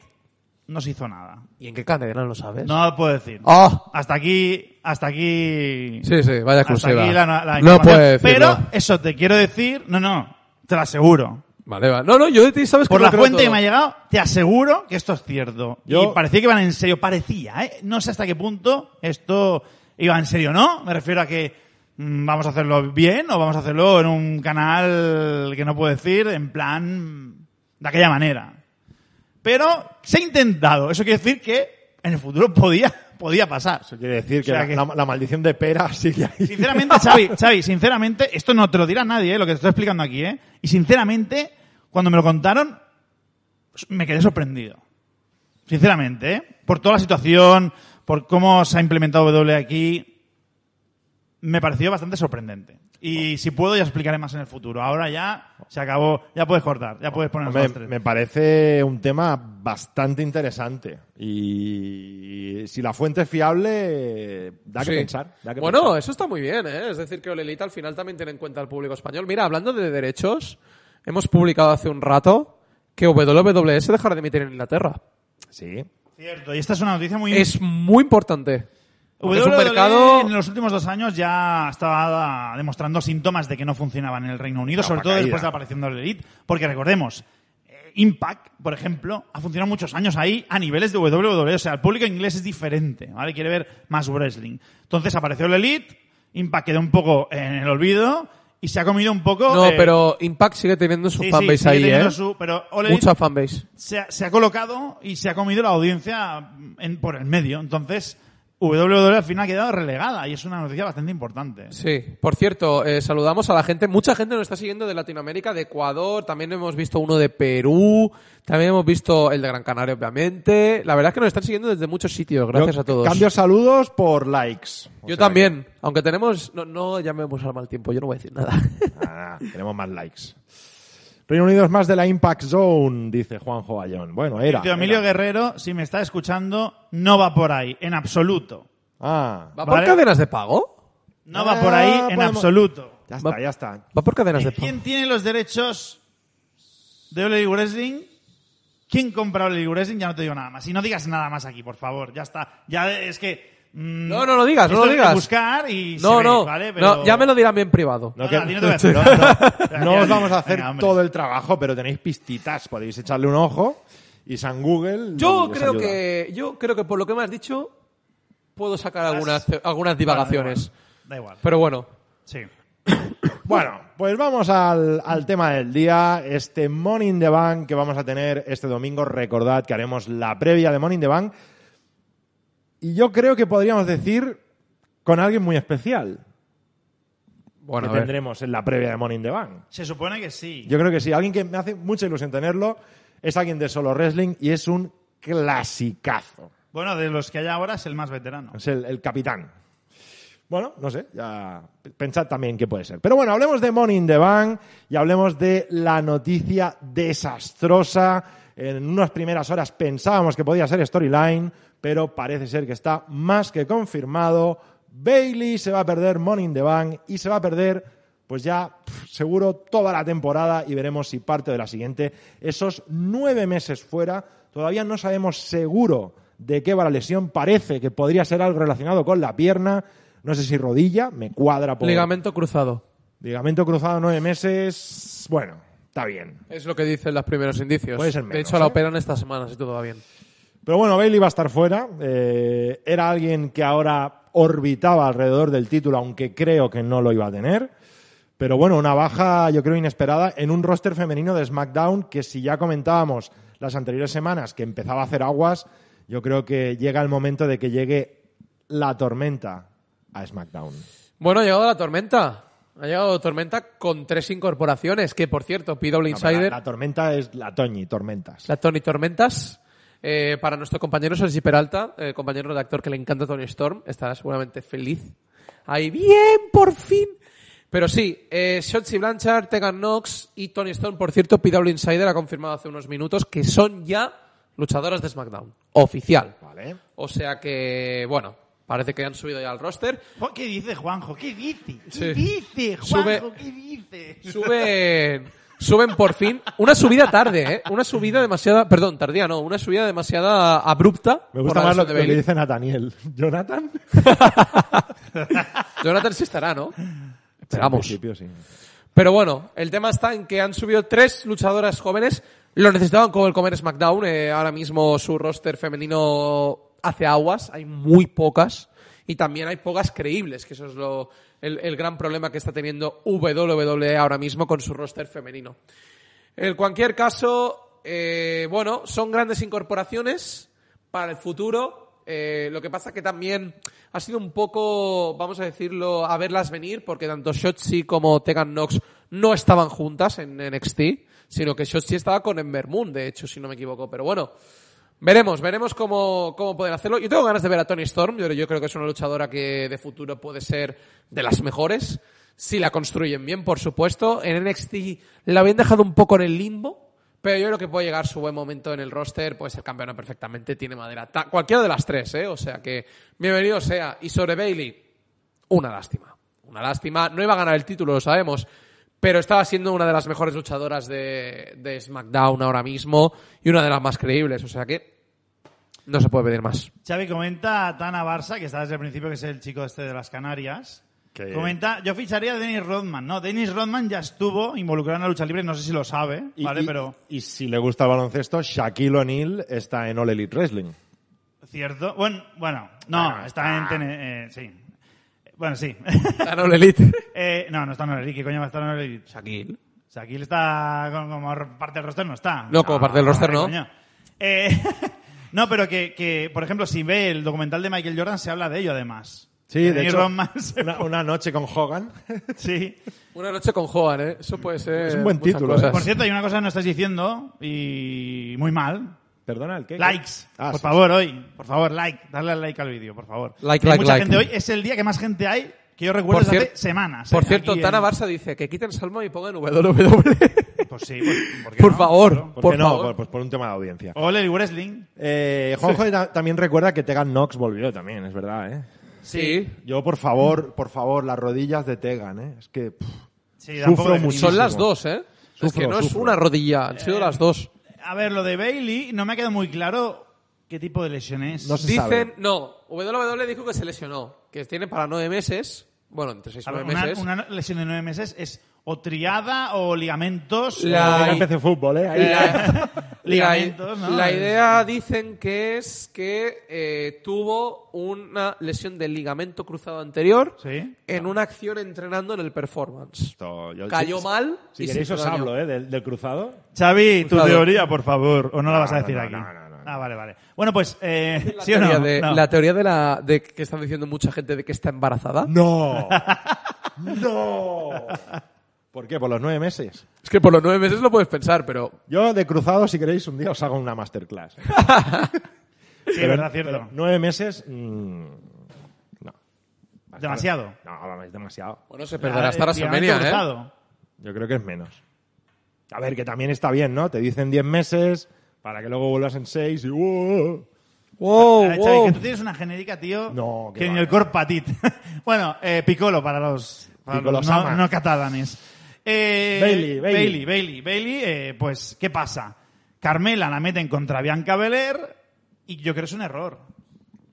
[SPEAKER 3] no se hizo nada.
[SPEAKER 2] ¿Y en qué cadena lo sabes?
[SPEAKER 3] No lo puedo decir.
[SPEAKER 2] Ah,
[SPEAKER 3] Hasta aquí, hasta aquí.
[SPEAKER 2] Sí, sí, vaya
[SPEAKER 3] hasta
[SPEAKER 2] exclusiva.
[SPEAKER 3] aquí la- la
[SPEAKER 2] no
[SPEAKER 3] información.
[SPEAKER 2] puede decirlo.
[SPEAKER 3] Pero eso te quiero decir, no, no, te lo aseguro.
[SPEAKER 2] Vale, va. No, no, yo de ti sabes que
[SPEAKER 3] Por
[SPEAKER 2] lo
[SPEAKER 3] la
[SPEAKER 2] creo
[SPEAKER 3] fuente que
[SPEAKER 2] todo.
[SPEAKER 3] me ha llegado, te aseguro que esto es cierto.
[SPEAKER 1] Yo-
[SPEAKER 3] Y parecía que iban en serio, parecía, ¿eh? No sé hasta qué punto esto iba en serio, ¿no? Me refiero a que mm, vamos a hacerlo bien o vamos a hacerlo en un canal que no puedo decir, en plan, de aquella manera. Pero se ha intentado, eso quiere decir que en el futuro podía, podía pasar.
[SPEAKER 1] Eso quiere decir que,
[SPEAKER 3] O sea
[SPEAKER 1] la,
[SPEAKER 3] que-
[SPEAKER 1] la- la maldición de pera *laughs* sigue ahí.
[SPEAKER 3] Sinceramente, Xavi, Xavi, sinceramente, esto no te lo dirá nadie, ¿eh? lo que te estoy explicando aquí, ¿eh? Y sinceramente, cuando me lo contaron, me quedé sorprendido. Sinceramente, ¿eh? Por toda la situación, por cómo se ha implementado W aquí, me pareció bastante sorprendente. Y si puedo, ya os explicaré más en el futuro. Ahora ya se acabó, ya puedes cortar, ya puedes poner los
[SPEAKER 1] Hombre,
[SPEAKER 3] postres.
[SPEAKER 1] me parece un tema bastante interesante. Y si la fuente es fiable, da que
[SPEAKER 2] Sí.
[SPEAKER 1] pensar. da que
[SPEAKER 2] bueno,
[SPEAKER 1] pensar.
[SPEAKER 2] eso está muy bien, ¿eh? Es decir, que Olelita al final también tiene en cuenta al público español. Mira, hablando de derechos, hemos publicado hace un rato que WWS dejará de emitir en Inglaterra.
[SPEAKER 1] Sí.
[SPEAKER 3] Cierto, y esta es una noticia muy
[SPEAKER 2] Es muy importante. Porque es un
[SPEAKER 3] WWE
[SPEAKER 2] mercado...
[SPEAKER 3] E en los últimos dos años ya estaba demostrando síntomas de que no funcionaban en el Reino Unido,
[SPEAKER 1] La
[SPEAKER 3] sobre todo
[SPEAKER 1] caída.
[SPEAKER 3] después de la aparición de All Elite, porque recordemos, eh, Impact, por ejemplo, ha funcionado muchos años ahí a niveles de WWE, o sea, el público inglés es diferente, ¿vale? Quiere ver más wrestling. Entonces apareció All Elite, Impact quedó un poco en el olvido y se ha comido un poco...
[SPEAKER 2] No,
[SPEAKER 3] eh,
[SPEAKER 2] pero Impact sigue teniendo su
[SPEAKER 3] sí, sí,
[SPEAKER 2] fanbase
[SPEAKER 3] sigue
[SPEAKER 2] ahí,
[SPEAKER 3] teniendo
[SPEAKER 2] ¿eh?
[SPEAKER 3] su- pero All Elite
[SPEAKER 2] Mucha fanbase.
[SPEAKER 3] se ha, se ha colocado y se ha comido la audiencia en- por el medio. Entonces, WWE al final ha quedado relegada y es una noticia bastante importante.
[SPEAKER 2] Sí, por cierto, eh, saludamos a la gente. Mucha gente nos está siguiendo de Latinoamérica, de Ecuador, también hemos visto uno de Perú, también hemos visto el de Gran Canaria, obviamente. La verdad es que nos están siguiendo desde muchos sitios, gracias
[SPEAKER 1] Yo
[SPEAKER 2] a todos.
[SPEAKER 1] Cambio saludos por likes. O
[SPEAKER 2] yo
[SPEAKER 1] sea
[SPEAKER 2] también, aunque tenemos... No, no llamemos al mal tiempo, yo no voy a decir nada. *laughs*
[SPEAKER 1] que- Ah, tenemos más likes. Reino Unido es más de la Impact Zone, dice Juanjo Ayón. Bueno, era.
[SPEAKER 3] Tío Emilio
[SPEAKER 1] era.
[SPEAKER 3] Guerrero, si me está escuchando, no va por ahí, en absoluto.
[SPEAKER 1] Ah,
[SPEAKER 2] ¿Va por
[SPEAKER 3] Vale.
[SPEAKER 2] cadenas de pago?
[SPEAKER 3] No
[SPEAKER 1] Ah,
[SPEAKER 3] va por ahí, en
[SPEAKER 1] podemos-
[SPEAKER 3] absoluto.
[SPEAKER 1] ya está,
[SPEAKER 2] Va-
[SPEAKER 1] ya está.
[SPEAKER 2] ¿Va por cadenas de pago?
[SPEAKER 3] ¿Quién tiene los derechos de WWE Wrestling? ¿Quién compra WWE Wrestling? Ya no te digo nada más. Y no digas nada más aquí, por favor. Ya está. Ya es que... mm,
[SPEAKER 2] No, no lo digas, no
[SPEAKER 3] esto
[SPEAKER 2] lo
[SPEAKER 3] hay que
[SPEAKER 2] digas.
[SPEAKER 3] buscar y se
[SPEAKER 2] No,
[SPEAKER 3] ve,
[SPEAKER 2] no,
[SPEAKER 3] ¿vale?
[SPEAKER 2] no,
[SPEAKER 3] Pero-
[SPEAKER 2] ya me lo dirán bien privado.
[SPEAKER 1] No,
[SPEAKER 3] No,
[SPEAKER 1] que-
[SPEAKER 3] a ti no te voy a decir, no, no.
[SPEAKER 1] No os vamos a hacer
[SPEAKER 3] Venga, hombre.
[SPEAKER 1] todo el trabajo, pero tenéis pistitas. Podéis echarle un ojo y San Google. y
[SPEAKER 2] Yo
[SPEAKER 1] os
[SPEAKER 2] creo
[SPEAKER 1] ayuda.
[SPEAKER 2] que yo creo que por lo que me has dicho puedo sacar algunas eh, algunas divagaciones.
[SPEAKER 3] Da igual.
[SPEAKER 2] Pero bueno,
[SPEAKER 3] Sí.
[SPEAKER 1] Bueno, pues vamos al, al tema del día, este Morning in the Bank que vamos a tener este domingo. Recordad que haremos la previa de Morning in the Bank. Y yo creo que podríamos decir con alguien muy especial
[SPEAKER 2] bueno,
[SPEAKER 1] que
[SPEAKER 2] a ver.
[SPEAKER 1] tendremos en la previa de Morning in the Bank.
[SPEAKER 3] Se supone que sí.
[SPEAKER 1] Yo creo que sí, alguien que me hace mucha ilusión tenerlo es alguien de solo wrestling y es un clasicazo.
[SPEAKER 3] Bueno, de los que hay ahora es el más veterano.
[SPEAKER 1] Es el, el capitán. Bueno, no sé, ya pensad también qué puede ser. Pero bueno, hablemos de Money in the Bank y hablemos de la noticia desastrosa. En unas primeras horas pensábamos que podía ser storyline, pero parece ser que está más que confirmado. Bailey se va a perder Money in the Bank y se va a perder, pues ya pff, seguro toda la temporada y veremos si parte de la siguiente. Esos nueve meses fuera, todavía no sabemos seguro de qué va la lesión. Parece que podría ser algo relacionado con la pierna. No sé si rodilla, me cuadra por
[SPEAKER 2] Ligamento cruzado.
[SPEAKER 1] ligamento cruzado nueve meses. Bueno, está bien.
[SPEAKER 2] Es lo que dicen los primeros indicios.
[SPEAKER 1] Puede ser menos,
[SPEAKER 2] de hecho, la
[SPEAKER 1] ¿eh?
[SPEAKER 2] operan esta semana, si todo va bien.
[SPEAKER 1] Pero bueno, Bailey va a estar fuera. Eh, era alguien que ahora orbitaba alrededor del título, aunque creo que no lo iba a tener. Pero bueno, una baja, yo creo, inesperada en un roster femenino de SmackDown que si ya comentábamos las anteriores semanas que empezaba a hacer aguas, yo creo que llega el momento de que llegue la tormenta a SmackDown.
[SPEAKER 2] Bueno, ha llegado la tormenta. Ha llegado tormenta con tres incorporaciones, que por cierto, PW
[SPEAKER 1] La,
[SPEAKER 2] Insider,
[SPEAKER 1] la tormenta es la Toñi, tormentas.
[SPEAKER 2] la Tony Tormentas, eh, para nuestro compañero Sergi Peralta, eh, compañero redactor que le encanta Tony Storm, estará seguramente feliz. Ahí, bien, por fin. Pero sí, eh, Shotzi Blanchard, Tegan Knox y Tony Storm, por cierto, PW Insider ha confirmado hace unos minutos que son ya luchadoras de SmackDown, oficial.
[SPEAKER 1] Vale.
[SPEAKER 2] O sea que, bueno, parece que han subido ya al roster.
[SPEAKER 3] Jo, ¿Qué dice Juanjo? ¿Qué dice? ¿Qué
[SPEAKER 2] Sí.
[SPEAKER 3] dice
[SPEAKER 2] Sube-
[SPEAKER 3] Juanjo? ¿Qué dice?
[SPEAKER 2] Suben, *laughs* suben por fin. Una subida tarde, ¿eh? Una subida demasiada, perdón, tardía no, una subida demasiada abrupta.
[SPEAKER 1] Me
[SPEAKER 2] por
[SPEAKER 1] gusta
[SPEAKER 2] la
[SPEAKER 1] más lo, lo
[SPEAKER 2] versión de
[SPEAKER 1] que
[SPEAKER 2] Bailey.
[SPEAKER 1] dice Nathaniel. *laughs* ¿Jonathan?
[SPEAKER 2] Jonathan sí estará, ¿no? Esperamos.
[SPEAKER 1] En principio, sí.
[SPEAKER 2] Pero bueno, el tema está en que han subido tres luchadoras jóvenes. Lo necesitaban como el comer SmackDown. eh, ahora mismo su roster femenino hace aguas. Hay muy pocas. Y también hay pocas creíbles, que eso es lo, el, el gran problema que está teniendo WWE ahora mismo con su roster femenino. En cualquier caso, eh, bueno, son grandes incorporaciones para el futuro. Eh, lo que pasa que también ha sido un poco, vamos a decirlo, a verlas venir, porque tanto Shotzi como Tegan Knox no estaban juntas en NXT, sino que Shotzi estaba con Ember Moon, de hecho, si no me equivoco. Pero bueno, veremos, veremos cómo, cómo pueden hacerlo. Yo tengo ganas de ver a Tony Storm, yo, yo creo que es una luchadora que de futuro puede ser de las mejores, si la construyen bien, por supuesto. En NXT la habían dejado un poco en el limbo, pero yo creo que puede llegar su buen momento en el roster, puede ser campeona perfectamente, tiene madera. Ta- cualquiera de las tres, ¿eh? O sea que bienvenido sea. Y sobre Bailey, una lástima. Una lástima. No iba a ganar el título, lo sabemos. Pero estaba siendo una de las mejores luchadoras de, de SmackDown ahora mismo y una de las más creíbles. O sea que no se puede
[SPEAKER 1] *laughs*
[SPEAKER 2] pedir más.
[SPEAKER 3] Xavi comenta a Tana Barça, que está desde el principio, que es el chico este de las Canarias.
[SPEAKER 1] Que-
[SPEAKER 3] Comenta, yo ficharía a Dennis Rodman. No, Dennis Rodman ya estuvo involucrado en la lucha libre, no sé si lo sabe,
[SPEAKER 1] Y-
[SPEAKER 3] ¿vale?
[SPEAKER 1] y-
[SPEAKER 3] Pero,
[SPEAKER 1] y si le gusta el baloncesto, Shaquille O'Neal está en All Elite Wrestling.
[SPEAKER 3] ¿cierto? Bueno, bueno, no, está en TN, eh, sí. Bueno, sí. *laughs*
[SPEAKER 2] La Noble Elite.
[SPEAKER 3] Eh, no, no está en Orelí, ¿qué coño va a estar en Orelí?
[SPEAKER 2] Shaquille.
[SPEAKER 3] O sea, aquí él está como, como parte del roster, no está.
[SPEAKER 2] No, como parte del roster, no.
[SPEAKER 3] coño. Eh, *laughs* no, pero que, que, por ejemplo, si ve el documental de Michael Jordan, se habla de ello además.
[SPEAKER 1] Sí, de
[SPEAKER 3] Dennis
[SPEAKER 1] hecho,
[SPEAKER 3] Rodman
[SPEAKER 1] *laughs*
[SPEAKER 3] *laughs* se-
[SPEAKER 1] una, una noche con Hogan.
[SPEAKER 3] sí.
[SPEAKER 2] Una noche con Joan, ¿eh? Eso puede ser.
[SPEAKER 1] Es un buen
[SPEAKER 2] muchas
[SPEAKER 1] título,
[SPEAKER 2] cosas.
[SPEAKER 1] ¿eh?
[SPEAKER 3] Por cierto, hay una cosa que no estás diciendo y muy mal.
[SPEAKER 1] Perdona, ¿el qué?
[SPEAKER 3] Likes.
[SPEAKER 1] Ah,
[SPEAKER 3] por
[SPEAKER 1] sí.
[SPEAKER 3] favor, hoy. Por favor, like. Dale al like al vídeo, por favor.
[SPEAKER 2] Like,
[SPEAKER 3] Hay
[SPEAKER 2] like,
[SPEAKER 3] mucha
[SPEAKER 2] like.
[SPEAKER 3] gente hoy. Es el día que más gente hay que yo recuerdo
[SPEAKER 2] Por
[SPEAKER 3] desde
[SPEAKER 2] cier-
[SPEAKER 3] hace semanas.
[SPEAKER 2] Por
[SPEAKER 3] eh,
[SPEAKER 2] cierto,
[SPEAKER 3] aquí en-
[SPEAKER 2] Tana Barça dice que quiten Salmo y
[SPEAKER 3] *laughs*
[SPEAKER 2] pongan WWE.
[SPEAKER 3] Pues sí, pues, ¿por, qué
[SPEAKER 2] por
[SPEAKER 3] no?
[SPEAKER 2] favor,
[SPEAKER 1] ¿Por,
[SPEAKER 2] por
[SPEAKER 1] qué no?
[SPEAKER 2] favor.
[SPEAKER 1] Por- Pues por un tema de audiencia.
[SPEAKER 3] O Lely Wrestling.
[SPEAKER 1] Eh, Juanjo ta- también recuerda que Tegan Knox volvió también, es verdad, ¿eh?
[SPEAKER 2] Sí.
[SPEAKER 1] Yo, por favor, por favor, las rodillas de Tegan, ¿eh? Es que... pff,
[SPEAKER 3] Sí, tampoco
[SPEAKER 1] Sufro
[SPEAKER 3] defendimos.
[SPEAKER 1] muchísimo.
[SPEAKER 2] Son las dos, ¿eh? es
[SPEAKER 1] Sufro,
[SPEAKER 2] que no es
[SPEAKER 1] sufro.
[SPEAKER 2] una rodilla, han
[SPEAKER 3] Eh.
[SPEAKER 2] sido las dos.
[SPEAKER 3] A ver, lo de Bailey no me ha quedado muy claro qué tipo de lesión es.
[SPEAKER 1] No se
[SPEAKER 2] Dicen,
[SPEAKER 1] sabe.
[SPEAKER 2] no, WWE dijo que se lesionó, que tiene para nueve meses, bueno, entre seis y
[SPEAKER 3] A ver,
[SPEAKER 2] nueve
[SPEAKER 3] una,
[SPEAKER 2] meses.
[SPEAKER 3] una lesión de nueve meses es o triada o ligamentos.
[SPEAKER 2] La-
[SPEAKER 1] Ahí
[SPEAKER 2] Ay.
[SPEAKER 1] empecé fútbol,
[SPEAKER 2] *laughs*
[SPEAKER 1] ¿eh?
[SPEAKER 3] *laughs*
[SPEAKER 1] Ahí.
[SPEAKER 2] La,
[SPEAKER 3] Ligamentos,
[SPEAKER 2] la-
[SPEAKER 3] ¿no?
[SPEAKER 2] la idea dicen que es que eh, tuvo una lesión del ligamento cruzado anterior
[SPEAKER 3] Sí.
[SPEAKER 2] en una acción entrenando en el performance.
[SPEAKER 1] Esto, yo-
[SPEAKER 2] Cayó
[SPEAKER 1] si-
[SPEAKER 2] mal
[SPEAKER 1] Si
[SPEAKER 2] y se
[SPEAKER 1] queréis
[SPEAKER 2] hizo
[SPEAKER 1] os
[SPEAKER 2] daño.
[SPEAKER 1] hablo, ¿eh? Del, del cruzado.
[SPEAKER 3] Xavi, tu
[SPEAKER 2] Cruzado.
[SPEAKER 3] teoría, por favor. O no, la vas a
[SPEAKER 1] no,
[SPEAKER 3] decir
[SPEAKER 1] no,
[SPEAKER 3] aquí.
[SPEAKER 1] no, no, no.
[SPEAKER 3] Ah, vale, vale. Bueno, pues, eh,
[SPEAKER 2] La
[SPEAKER 3] ¿sí o
[SPEAKER 2] teoría,
[SPEAKER 3] no?
[SPEAKER 2] de,
[SPEAKER 3] No.
[SPEAKER 2] la teoría de la de que están diciendo mucha gente de que está embarazada.
[SPEAKER 1] ¡No! *laughs* ¡No! ¿Por qué? ¿Por los nueve meses?
[SPEAKER 2] Es que por los nueve meses lo puedes pensar, pero
[SPEAKER 1] Yo, de cruzado, si queréis, un día os hago una
[SPEAKER 3] *laughs*
[SPEAKER 1] masterclass.
[SPEAKER 3] Sí,
[SPEAKER 1] Pero-
[SPEAKER 3] verdad, cierto.
[SPEAKER 1] pero Nueve meses... mm, no.
[SPEAKER 3] Demasiado.
[SPEAKER 1] No, es demasiado.
[SPEAKER 2] bueno, se perderá hasta
[SPEAKER 3] Ah,
[SPEAKER 2] la
[SPEAKER 3] eh, ligamento
[SPEAKER 2] WrestleMania, ¿eh?
[SPEAKER 3] cruzado.
[SPEAKER 1] Yo creo que es menos. A ver, que también está bien, ¿no? Te dicen 10 meses para que luego vuelvas en 6 y... ¡uh!
[SPEAKER 2] Wow,
[SPEAKER 3] Eh, Xavi,
[SPEAKER 2] wow.
[SPEAKER 3] que tú tienes una genérica, tío,
[SPEAKER 1] No, que
[SPEAKER 3] que en
[SPEAKER 1] va.
[SPEAKER 3] el Corpatit. *laughs* bueno, eh, Piccolo para los, para
[SPEAKER 1] Piccolo
[SPEAKER 3] los
[SPEAKER 1] Sama.
[SPEAKER 3] no, no catalanes. Eh,
[SPEAKER 1] Bailey, Bailey.
[SPEAKER 3] Bailey, Bailey, Bailey, eh, pues, ¿qué pasa? Carmela la meten contra Bianca Belair y yo creo que es un error.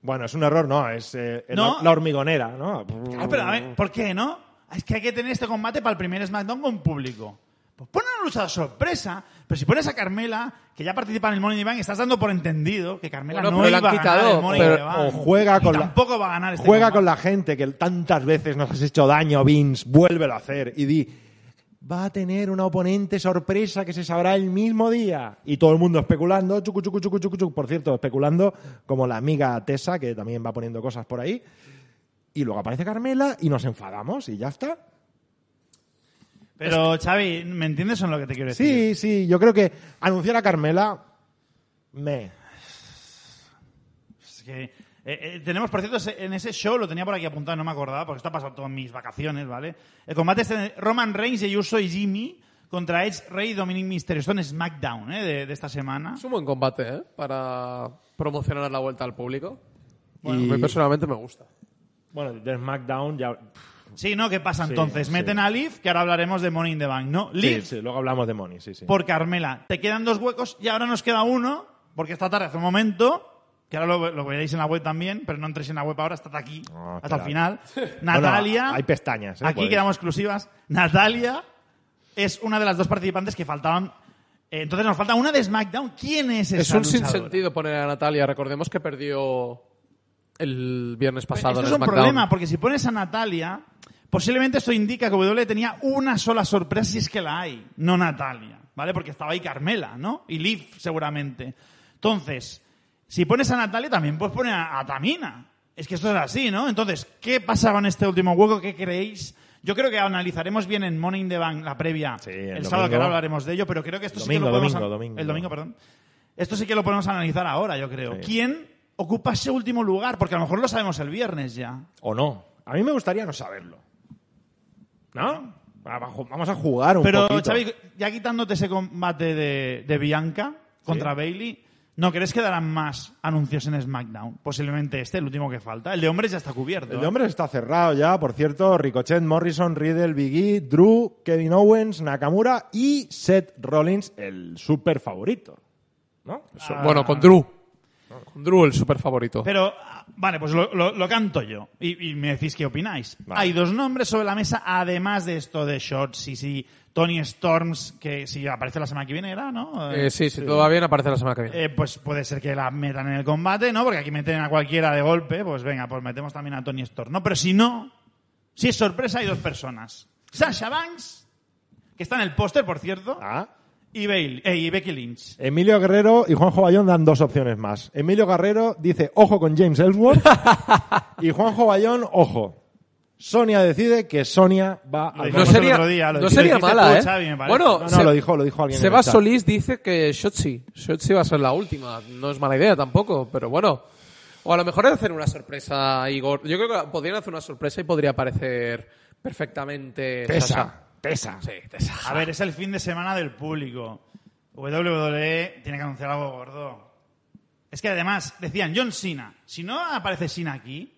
[SPEAKER 1] Bueno, es un error, no, es eh, el-
[SPEAKER 3] No.
[SPEAKER 1] la hormigonera, ¿no?
[SPEAKER 3] Ah, pero a ver, ¿por qué no? Es que hay que tener este combate para el primer SmackDown con público. Pues pon una lucha de sorpresa, pero si pones a Carmela, que ya participa en el Money in the Bank, estás dando por entendido que Carmela
[SPEAKER 2] Bueno,
[SPEAKER 3] no
[SPEAKER 2] pero le han
[SPEAKER 3] iba a ganar
[SPEAKER 2] quitado,
[SPEAKER 3] el Money in
[SPEAKER 2] pero-
[SPEAKER 3] the Bank.
[SPEAKER 1] o juega
[SPEAKER 3] Y
[SPEAKER 1] con la-
[SPEAKER 3] tampoco va a ganar este
[SPEAKER 1] Juega
[SPEAKER 3] combate.
[SPEAKER 1] con la gente que tantas veces nos has hecho daño, Vince, vuélvelo a hacer y di, va a tener una oponente sorpresa que se sabrá el mismo día. Y todo el mundo especulando, chucu, chucu, chucu, chucu, chucu. por cierto, especulando, como la amiga Tessa, que también va poniendo cosas por ahí. Y luego aparece Carmela y nos enfadamos y ya está.
[SPEAKER 3] Pero, Xavi, ¿me entiendes en lo que te quiero
[SPEAKER 1] Sí,
[SPEAKER 3] decir?
[SPEAKER 1] sí, yo creo que anunciar a Carmela, me.
[SPEAKER 3] Es que, eh, eh, tenemos, por cierto, ese- en ese show, lo tenía por aquí apuntado, no me acordaba, porque esto ha pasado todas mis vacaciones, ¿vale? El combate es en- Roman Reigns y Uso y Jimmy contra Edge, Rey y Dominic Mysterio. Esto en SmackDown, ¿eh? De, de esta semana.
[SPEAKER 2] Es un buen combate, ¿eh? Para promocionar la vuelta al público.
[SPEAKER 1] Bueno.
[SPEAKER 2] y... A mí personalmente me gusta.
[SPEAKER 1] Bueno, de SmackDown ya.
[SPEAKER 3] Sí, ¿no? ¿Qué pasa entonces?
[SPEAKER 1] sí.
[SPEAKER 3] Meten a Liv, que ahora hablaremos de Money in the Bank, ¿no?
[SPEAKER 1] Sí,
[SPEAKER 3] Liv
[SPEAKER 1] sí, luego hablamos de Money, sí, sí.
[SPEAKER 3] por Carmela. Te quedan dos huecos y ahora nos queda uno, porque esta tarde hace un momento, que ahora lo, lo veréis en la web también, pero no entréis en la web ahora, hasta aquí,
[SPEAKER 1] No,
[SPEAKER 3] hasta
[SPEAKER 1] espera.
[SPEAKER 3] el final.
[SPEAKER 1] Ah, *laughs* Bueno,
[SPEAKER 3] Natalia.
[SPEAKER 1] hay pestañas. ¿eh?
[SPEAKER 3] Aquí
[SPEAKER 1] Podéis.
[SPEAKER 3] quedamos exclusivas. Natalia es una de las dos participantes que faltaban. Eh, Entonces nos falta una de SmackDown. ¿Quién es esa
[SPEAKER 2] Es un
[SPEAKER 3] luchadora?
[SPEAKER 2] sinsentido poner a Natalia. Recordemos que perdió el viernes
[SPEAKER 3] Esto
[SPEAKER 2] pasado
[SPEAKER 3] Pues es
[SPEAKER 2] en
[SPEAKER 3] un
[SPEAKER 2] SmackDown.
[SPEAKER 3] problema, porque si pones a Natalia, posiblemente esto indica que W tenía una sola sorpresa si es que la hay, no Natalia, ¿vale? Porque estaba ahí Carmela, ¿no? Y Liv, seguramente. Entonces, si pones a Natalia, también puedes poner a, a Tamina. Es que esto es así, ¿no? Entonces, ¿qué pasaba en este último hueco? ¿Qué creéis? Yo creo que analizaremos bien en Morning the Bank la previa
[SPEAKER 1] Sí, el
[SPEAKER 3] el, sábado, que
[SPEAKER 1] domingo.
[SPEAKER 3] ahora hablaremos de ello, pero creo que esto sí que
[SPEAKER 1] Domingo,
[SPEAKER 3] lo podemos
[SPEAKER 1] domingo,
[SPEAKER 3] an-
[SPEAKER 1] domingo.
[SPEAKER 3] el domingo, perdón. Esto sí que lo podemos analizar ahora, yo creo.
[SPEAKER 1] Sí.
[SPEAKER 3] ¿Quién ocupa ese último lugar? Porque a lo mejor lo sabemos el viernes ya.
[SPEAKER 1] O no. A mí me gustaría no saberlo. ¿No? Va- va- Vamos a jugar un
[SPEAKER 3] Pero,
[SPEAKER 1] poquito.
[SPEAKER 3] Xavi, ya quitándote ese combate de, de Bianca contra Bailey, ¿no crees que darán más anuncios en SmackDown? Posiblemente este, el último que falta. El de hombres ya está cubierto.
[SPEAKER 1] El de hombres está cerrado ya, por cierto. Ricochet, Morrison, Riddle, Biggie, Drew, Kevin Owens, Nakamura y Seth Rollins, el super favorito. ¿No?
[SPEAKER 2] Eso- Bueno, con Drew. Con Drew, el super favorito.
[SPEAKER 3] Pero, ah, vale, pues lo, lo- lo canto yo. Y, y me decís qué opináis.
[SPEAKER 1] Vale.
[SPEAKER 3] Hay dos nombres sobre la mesa, además de esto de Shorts y si Tony Storms, que si aparece la semana que viene, era, ¿no? Eh,
[SPEAKER 2] sí, si todo va bien, aparece la semana que viene.
[SPEAKER 3] eh, pues puede ser que la metan en el combate, ¿no? Porque aquí meten a cualquiera de golpe, pues venga, pues metemos también a Tony Storm, ¿no? Pero si no, si es sorpresa, hay dos personas. Sasha Banks, que está en el póster, por cierto,
[SPEAKER 1] Ah.
[SPEAKER 3] y, Bailey, eh, y Becky Lynch.
[SPEAKER 1] Emilio Guerrero y Juanjo Bayón dan dos opciones más. Emilio Guerrero dice ojo con James Ellsworth y Juanjo Bayón ojo. Sonia decide que Sonia va
[SPEAKER 3] Lo
[SPEAKER 1] al
[SPEAKER 3] dijimos
[SPEAKER 2] No
[SPEAKER 1] Money.
[SPEAKER 3] sé-
[SPEAKER 2] sería,
[SPEAKER 3] otro día, lo
[SPEAKER 2] no
[SPEAKER 3] dijiste-
[SPEAKER 2] sería
[SPEAKER 3] lo dijiste
[SPEAKER 2] mala,
[SPEAKER 3] tú,
[SPEAKER 2] ¿eh?
[SPEAKER 3] Xavi, me parece.
[SPEAKER 2] bueno,
[SPEAKER 1] No, no,
[SPEAKER 2] Se-
[SPEAKER 1] lo dijo, lo dijo alguien. en el
[SPEAKER 2] Seba
[SPEAKER 1] chat.
[SPEAKER 2] Solís dice que Shotzi. Shotzi va a ser la última. No es mala idea tampoco, pero bueno. O a lo mejor es hacer una sorpresa, Igor. Yo creo que podrían hacer una sorpresa y podría aparecer perfectamente.
[SPEAKER 1] Tesa,
[SPEAKER 2] Sasha.
[SPEAKER 1] Tesa.
[SPEAKER 2] Sí, Tessa.
[SPEAKER 3] A ver, es el fin de semana del público. WWE tiene que anunciar algo gordo. Es que además, decían John Cena. Si no aparece Cena aquí,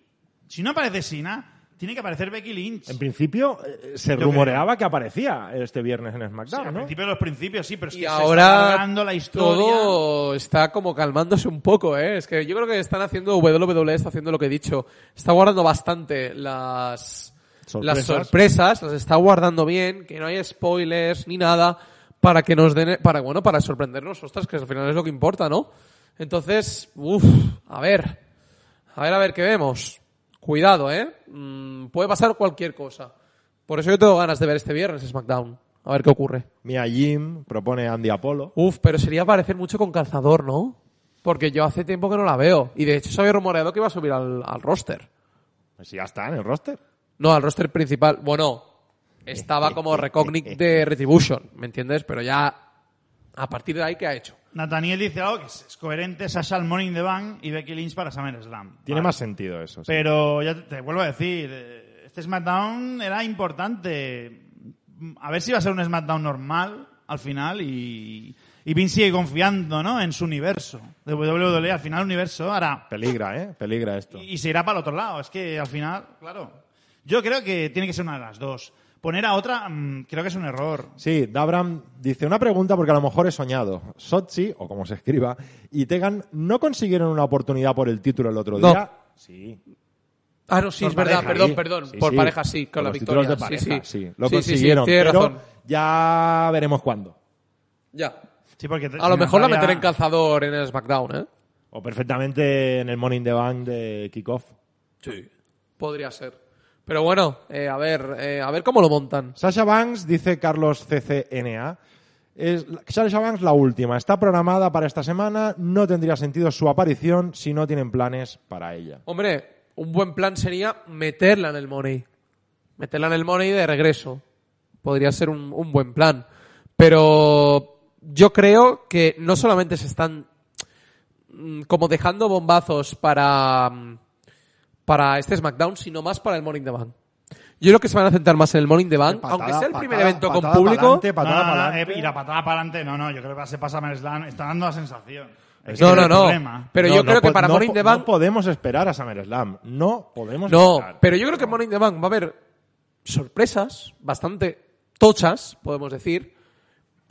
[SPEAKER 3] si no aparece Cena, tiene que aparecer Becky Lynch.
[SPEAKER 1] En principio eh, se
[SPEAKER 3] creo.
[SPEAKER 1] rumoreaba que aparecía este viernes en
[SPEAKER 3] Sí, al
[SPEAKER 1] SmackDown, ¿no?
[SPEAKER 3] principio de los principios, sí, pero es que
[SPEAKER 2] Y
[SPEAKER 3] se está
[SPEAKER 2] ahora
[SPEAKER 3] alargando la historia.
[SPEAKER 2] todo está como calmándose un poco, ¿eh? Es que yo creo que están haciendo, WWE está haciendo lo que he dicho, está guardando bastante las
[SPEAKER 1] Sorpresas.
[SPEAKER 2] las sorpresas, las está guardando bien, que no hay spoilers ni nada para que nos den, para bueno, para sorprendernos, ostras, que al final es lo que importa, ¿no? Entonces, uff, a ver, a ver, a ver qué vemos. Cuidado, ¿eh? Mm, puede pasar cualquier cosa. Por eso yo tengo ganas de ver este viernes SmackDown, a ver qué ocurre.
[SPEAKER 1] Mia Jim propone Andy Apollo.
[SPEAKER 2] Uf, pero sería parecer mucho con calzador, ¿no? Porque yo hace tiempo que no la veo. Y de hecho se había rumoreado que iba a subir al, al roster. Pues
[SPEAKER 1] Si ya está en el roster.
[SPEAKER 2] No, al roster principal. Bueno, estaba como Recognic de Retribution, ¿me entiendes? Pero ya a partir de ahí, ¿qué ha hecho?
[SPEAKER 3] Nathaniel dice algo que es es coherente, Sasha al Morning the Bank y Becky Lynch para SummerSlam.
[SPEAKER 1] Tiene
[SPEAKER 3] Vale.
[SPEAKER 1] más sentido eso. sí.
[SPEAKER 3] Pero ya te, te vuelvo a decir, eh, este SmackDown era importante. Mm, A ver si va a ser un SmackDown normal al final y, y Vince sigue confiando ¿no? en su universo. De WWE al final el universo hará
[SPEAKER 1] Peligra, ¿eh? Peligra esto.
[SPEAKER 3] y, y se irá para el otro lado. Es que al final, claro. Yo creo que tiene que ser una de las dos. Poner a otra mm, creo que es un error.
[SPEAKER 1] Sí, Dabram dice una pregunta porque a lo mejor he soñado. Sochi, o como se escriba, y Tegan no consiguieron una oportunidad por el título el otro
[SPEAKER 2] No.
[SPEAKER 1] día. Sí.
[SPEAKER 2] Ah, no, sí,
[SPEAKER 1] Por
[SPEAKER 2] es verdad,
[SPEAKER 1] pareja,
[SPEAKER 2] perdón,
[SPEAKER 1] sí.
[SPEAKER 2] perdón.
[SPEAKER 1] Sí,
[SPEAKER 2] por
[SPEAKER 1] sí.
[SPEAKER 2] pareja sí, con, la
[SPEAKER 1] los
[SPEAKER 2] victoria.
[SPEAKER 1] títulos de pareja,
[SPEAKER 2] sí, sí.
[SPEAKER 1] Lo
[SPEAKER 2] Sí, sí, sí,
[SPEAKER 1] consiguieron,
[SPEAKER 2] tienes
[SPEAKER 1] pero
[SPEAKER 2] razón.
[SPEAKER 1] ya veremos cuándo.
[SPEAKER 2] Ya.
[SPEAKER 3] Sí, porque te-
[SPEAKER 2] A lo mejor la
[SPEAKER 3] Natalia-
[SPEAKER 2] meter en calzador en el SmackDown, ¿eh?
[SPEAKER 1] O perfectamente en el Morning the Bank de Kickoff.
[SPEAKER 2] Sí. Podría ser. Pero bueno, eh, a ver, eh, a ver cómo lo montan.
[SPEAKER 1] Sasha Banks, dice Carlos CCNA. Es, Sasha Banks la última. Está programada para esta semana. No tendría sentido su aparición si no tienen planes para ella.
[SPEAKER 2] Hombre, un buen plan sería meterla en el money. Meterla en el money de regreso. Podría ser un, un buen plan. Pero yo creo que no solamente se están mm, como dejando bombazos para, mm, para este SmackDown, sino más para el Morning the Bank. Yo creo que se van a centrar más en el Morning the Bank,
[SPEAKER 1] Patada,
[SPEAKER 2] aunque sea el
[SPEAKER 1] patada,
[SPEAKER 2] primer evento con
[SPEAKER 1] patada
[SPEAKER 2] público.
[SPEAKER 1] pa'lante, patada
[SPEAKER 3] No, no, no,
[SPEAKER 1] pa'lante.
[SPEAKER 3] eh, y la patada para adelante, no, no, yo creo que se pasa a Slam, está dando la sensación. Es que
[SPEAKER 2] No,
[SPEAKER 3] es
[SPEAKER 2] no,
[SPEAKER 3] el
[SPEAKER 2] no.
[SPEAKER 3] problema.
[SPEAKER 2] Pero
[SPEAKER 1] No,
[SPEAKER 2] yo
[SPEAKER 1] no
[SPEAKER 2] creo que
[SPEAKER 1] po-
[SPEAKER 2] para
[SPEAKER 1] no
[SPEAKER 2] Morning
[SPEAKER 1] po-
[SPEAKER 2] the Bank
[SPEAKER 1] No podemos esperar a SummerSlam. No podemos
[SPEAKER 2] No,
[SPEAKER 1] esperar.
[SPEAKER 2] pero yo creo que en Money in the Bank va a haber sorpresas bastante tochas, podemos decir,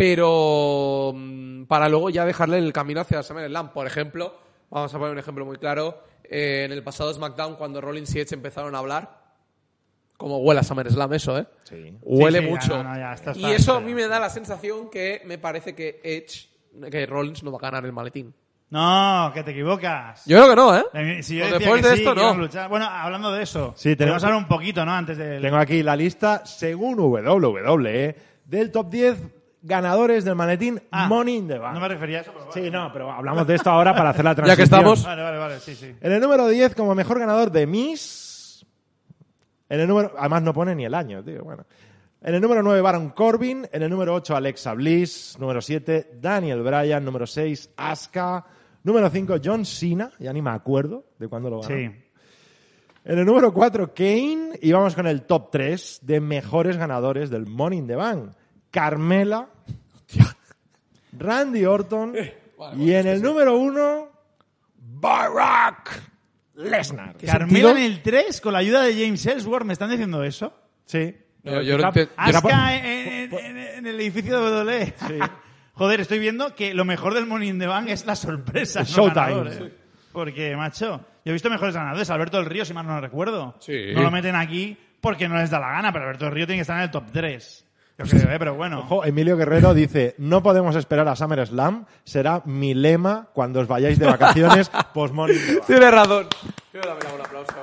[SPEAKER 2] pero mm, para luego ya dejarle el camino hacia SummerSlam. Por ejemplo, vamos a poner un ejemplo muy claro, eh, en el pasado SmackDown cuando Rollins y Edge empezaron a hablar, como huele a SummerSlam eso, ¿eh?
[SPEAKER 1] Sí.
[SPEAKER 2] Huele
[SPEAKER 3] Sí, sí, ya,
[SPEAKER 2] mucho.
[SPEAKER 3] no, no, ya, esto
[SPEAKER 2] y
[SPEAKER 3] está-
[SPEAKER 2] eso a mí me da la sensación que me parece que Edge, que Rollins no va a ganar el maletín.
[SPEAKER 3] No, que te equivocas.
[SPEAKER 2] Yo creo que no, ¿eh?
[SPEAKER 3] Eh, Si yo
[SPEAKER 2] O
[SPEAKER 3] decía
[SPEAKER 2] después
[SPEAKER 3] que
[SPEAKER 2] de
[SPEAKER 3] sí,
[SPEAKER 2] esto,
[SPEAKER 3] que íbamos
[SPEAKER 2] no.
[SPEAKER 3] a luchar- Bueno, hablando de eso,
[SPEAKER 1] Sí, tenemos-
[SPEAKER 3] podemos hablar un poquito, ¿no? Antes del...
[SPEAKER 1] Tengo aquí la lista, según WWE, del top 10 ganadores del maletín
[SPEAKER 3] Ah,
[SPEAKER 1] Money in the Bank.
[SPEAKER 3] No me refería a eso, pero vale.
[SPEAKER 1] Sí, no, pero hablamos de esto ahora para hacer la
[SPEAKER 2] *laughs* Ya
[SPEAKER 1] transición.
[SPEAKER 2] que estamos.
[SPEAKER 3] Vale, vale, vale, sí, sí.
[SPEAKER 1] En el número 10, como mejor ganador de Miss. En el número. Además, no pone ni el año, tío. Bueno. En el número 9, Baron Corbin. En el número 8, Alexa Bliss. Número 7, Daniel Bryan. Número 6, Asuka. Número 5, John Cena. Ya ni me acuerdo de cuándo lo ganó.
[SPEAKER 3] Sí.
[SPEAKER 1] En el número 4, Kane. Y vamos con el top 3 de mejores ganadores del Money in the Bank. Carmela. Randy Orton.
[SPEAKER 2] Eh,
[SPEAKER 1] y
[SPEAKER 2] este
[SPEAKER 1] en el número 1, Barack Lesnar.
[SPEAKER 3] Carmela en el 3 con la ayuda de James Ellsworth, ¿me están diciendo eso?
[SPEAKER 1] Sí. Eh,
[SPEAKER 2] No, yo
[SPEAKER 1] Está-
[SPEAKER 2] no
[SPEAKER 3] Ah,
[SPEAKER 2] entiendo- Yo-
[SPEAKER 3] Asuka eh, en, en- en- en el edificio de WWE. *laughs* Joder, estoy viendo que lo mejor del Morning in the Bank es la sorpresa.
[SPEAKER 1] Es
[SPEAKER 3] no
[SPEAKER 1] Showtime.
[SPEAKER 3] ganadores. Porque, macho, yo he visto mejores ganadores. Alberto del Río, si mal no recuerdo.
[SPEAKER 2] Sí.
[SPEAKER 3] No lo meten aquí porque no les da la gana, pero Alberto del Río tiene que estar en el top 3. Yo creo, ¿eh? pero bueno.
[SPEAKER 1] Ojo, Emilio Guerrero dice, no podemos esperar a SummerSlam, será mi lema cuando os vayáis de
[SPEAKER 2] *laughs*
[SPEAKER 1] vacaciones post
[SPEAKER 2] Tienes razón. Quiero darle un aplauso.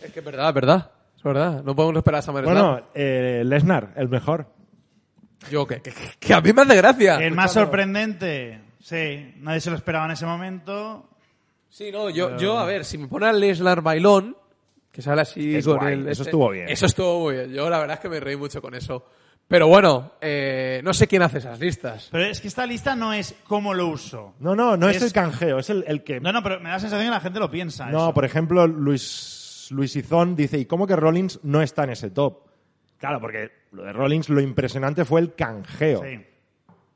[SPEAKER 2] Es que es verdad, es verdad. Es verdad. No podemos esperar a SummerSlam.
[SPEAKER 1] Bueno, eh, Lesnar, el mejor.
[SPEAKER 2] Yo, que, que- que a mí me hace gracia.
[SPEAKER 3] El más sorprendente. Sí, nadie se lo esperaba en ese momento.
[SPEAKER 2] Sí, no, yo, yo, a ver, si me pone a Lesnar Bailón, que sale así
[SPEAKER 1] Es
[SPEAKER 2] con
[SPEAKER 1] guay,
[SPEAKER 2] el...
[SPEAKER 1] eso estuvo bien.
[SPEAKER 2] Eso estuvo muy bien. Yo la verdad es que me reí mucho con eso. Pero bueno, eh, no sé quién hace esas listas.
[SPEAKER 3] Pero es que esta lista no es cómo lo uso.
[SPEAKER 1] No, no, no es,
[SPEAKER 3] Es-
[SPEAKER 1] el canjeo, es el, el que...
[SPEAKER 3] No, no, pero me da la sensación que la gente lo piensa.
[SPEAKER 1] No,
[SPEAKER 3] eso.
[SPEAKER 1] por ejemplo, Luis, Luis Izón dice, ¿y cómo que Rollins no está en ese top? Claro, porque lo de Rollins, lo impresionante fue el canjeo.
[SPEAKER 3] Sí.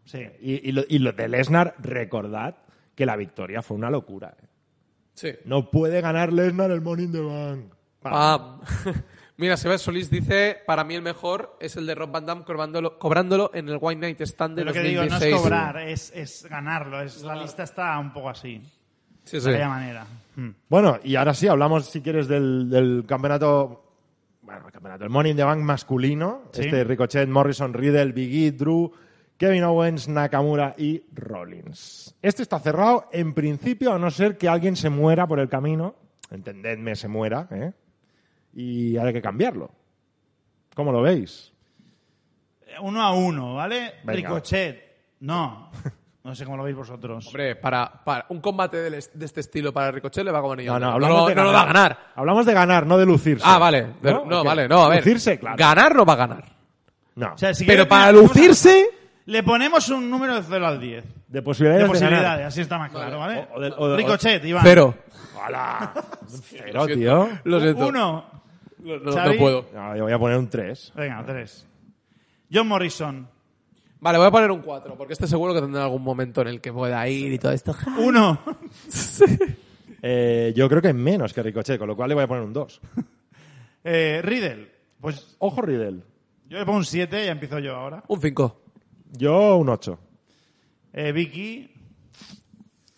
[SPEAKER 3] Sí.
[SPEAKER 1] Y, y lo, y lo de Lesnar, recordad que la victoria fue una locura. ¿eh?
[SPEAKER 2] Sí.
[SPEAKER 1] No puede ganar Lesnar el Money in the Bank.
[SPEAKER 2] Pam. *laughs* Mira, Seba Solís dice, para mí el mejor es el de Rob Van Damme cobrándolo, cobrándolo en el White Night Stand de
[SPEAKER 3] Pero Lo que digo, no es
[SPEAKER 2] 2016.
[SPEAKER 3] cobrar, es, es ganarlo. Es, la lista está un poco así,
[SPEAKER 2] Sí, sí.
[SPEAKER 3] de aquella manera. Mm.
[SPEAKER 1] Bueno, y ahora sí, hablamos, si quieres, del, del campeonato. Bueno, el campeonato, el Money in the Bank masculino.
[SPEAKER 3] Sí.
[SPEAKER 1] Este Ricochet, Morrison, Riddle, Big E, Drew, Kevin Owens, Nakamura y Rollins. Este está cerrado, en principio, a no ser que alguien se muera por el camino. Entendedme, se muera, ¿eh? Y ahora hay que cambiarlo. ¿Cómo lo veis?
[SPEAKER 3] Uno a uno, ¿vale?
[SPEAKER 1] Venga.
[SPEAKER 3] Ricochet. No. *laughs* No sé cómo lo veis vosotros.
[SPEAKER 2] Hombre, para, para un combate del est- de, este estilo para Ricochet le va a ganar.
[SPEAKER 1] Ah, No, no,
[SPEAKER 2] no,
[SPEAKER 1] hablamos
[SPEAKER 2] lo-
[SPEAKER 1] de
[SPEAKER 2] no lo va a ganar.
[SPEAKER 1] Hablamos de ganar, no de lucirse.
[SPEAKER 2] Ah, vale. De-
[SPEAKER 1] ¿No?
[SPEAKER 2] no,
[SPEAKER 1] Ok.
[SPEAKER 2] vale, no, a ver.
[SPEAKER 1] Lucirse, claro.
[SPEAKER 2] Ganar no va a ganar.
[SPEAKER 1] no.
[SPEAKER 3] O sea, si
[SPEAKER 2] Pero
[SPEAKER 3] queréis-
[SPEAKER 2] para
[SPEAKER 3] mira,
[SPEAKER 2] lucirse,
[SPEAKER 3] Le ponemos un número de 0 al 10.
[SPEAKER 1] de
[SPEAKER 3] De
[SPEAKER 1] posibilidades de,
[SPEAKER 3] posibilidades,
[SPEAKER 1] ganar.
[SPEAKER 3] así está más claro,
[SPEAKER 2] Vale.
[SPEAKER 3] ¿vale?
[SPEAKER 1] O- o del- o- o-
[SPEAKER 3] Ricochet, Iván.
[SPEAKER 2] *laughs* cero.
[SPEAKER 1] *laughs* ¡Hala! Cero,
[SPEAKER 2] siento.
[SPEAKER 1] tío.
[SPEAKER 2] Lo siento.
[SPEAKER 3] Uno.
[SPEAKER 2] No, no-
[SPEAKER 3] Xavi.
[SPEAKER 2] no puedo.
[SPEAKER 1] No, yo voy a poner un 3.
[SPEAKER 3] Venga, tres. John Morrison.
[SPEAKER 2] Vale, voy a poner un 4, porque este seguro que tendrá algún momento en el que pueda ir y todo esto.
[SPEAKER 3] Uno. *laughs*
[SPEAKER 1] Eh, yo creo que es menos que Ricochet, con lo cual le voy a poner un 2.
[SPEAKER 3] Eh, Riddle. Pues
[SPEAKER 1] Ojo, Riddle.
[SPEAKER 3] yo le pongo un 7, ya empiezo yo ahora.
[SPEAKER 2] Un 5.
[SPEAKER 1] Yo un 8.
[SPEAKER 3] Eh, Vicky,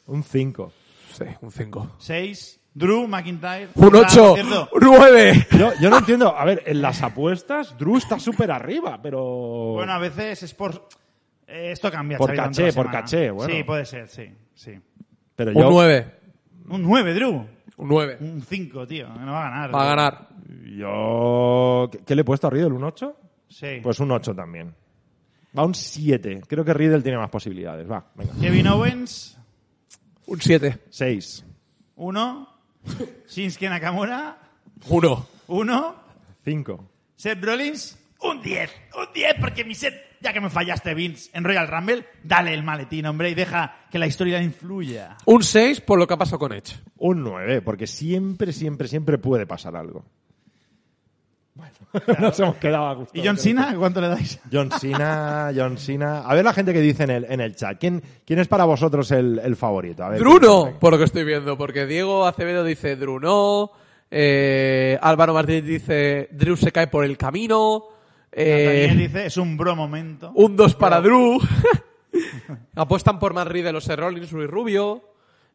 [SPEAKER 1] Un 5.
[SPEAKER 2] Sí, un 5.
[SPEAKER 3] 6. Drew McIntyre.
[SPEAKER 2] Un
[SPEAKER 3] Ah,
[SPEAKER 2] 8.
[SPEAKER 3] cierto.
[SPEAKER 2] Un 9.
[SPEAKER 1] Yo, yo no entiendo. A ver, en las apuestas, Drew está súper arriba, pero.
[SPEAKER 2] Oh.
[SPEAKER 3] Bueno, a veces es por... eh, esto cambia.
[SPEAKER 1] Por
[SPEAKER 3] Xavi, durante
[SPEAKER 1] caché,
[SPEAKER 3] la
[SPEAKER 1] por
[SPEAKER 3] semana.
[SPEAKER 1] caché, bueno.
[SPEAKER 3] Sí, puede ser, sí. sí.
[SPEAKER 1] pero
[SPEAKER 2] Un
[SPEAKER 1] yo,
[SPEAKER 2] 9.
[SPEAKER 3] Un 9, Drew.
[SPEAKER 2] Un 9.
[SPEAKER 3] Un 5, tío. No va a ganar.
[SPEAKER 2] Va a ganar.
[SPEAKER 1] Yo. ¿Qué, qué le he puesto a Riddle? ¿Un 8?
[SPEAKER 3] Sí.
[SPEAKER 1] Pues un 8 también. Va un 7. Creo que Riddle tiene más posibilidades. Va, venga.
[SPEAKER 3] Kevin Owens,
[SPEAKER 2] Un 7.
[SPEAKER 1] 6,
[SPEAKER 3] 1. Shinsuke Nakamura,
[SPEAKER 2] 1.
[SPEAKER 3] 1.
[SPEAKER 1] 5.
[SPEAKER 3] Seth Rollins, un 10. Un 10, porque mi set, ya que me fallaste, Vince, en Royal Rumble, dale el maletín, hombre, y deja que la historia influya.
[SPEAKER 2] Un 6 por lo que ha pasado con Edge.
[SPEAKER 1] Un 9, porque siempre, siempre, siempre puede pasar algo. Bueno, *laughs* nos hemos quedado a gusto.
[SPEAKER 3] ¿Y John Cena? ¿Cuánto le dais?
[SPEAKER 1] John Cena, John Cena. A ver la gente que dice en el, en el chat. ¿Quién, quién es para vosotros el, el favorito? A ver,
[SPEAKER 2] Druno, por lo que estoy viendo, porque Diego Acevedo dice Druno, eh, Álvaro Martínez dice Drew se cae por el camino, eh,
[SPEAKER 3] También dice, es un bro momento.
[SPEAKER 2] un 2 para Drew, *laughs* apuestan por más Riddle o Seth Rollins, Luis Rubio,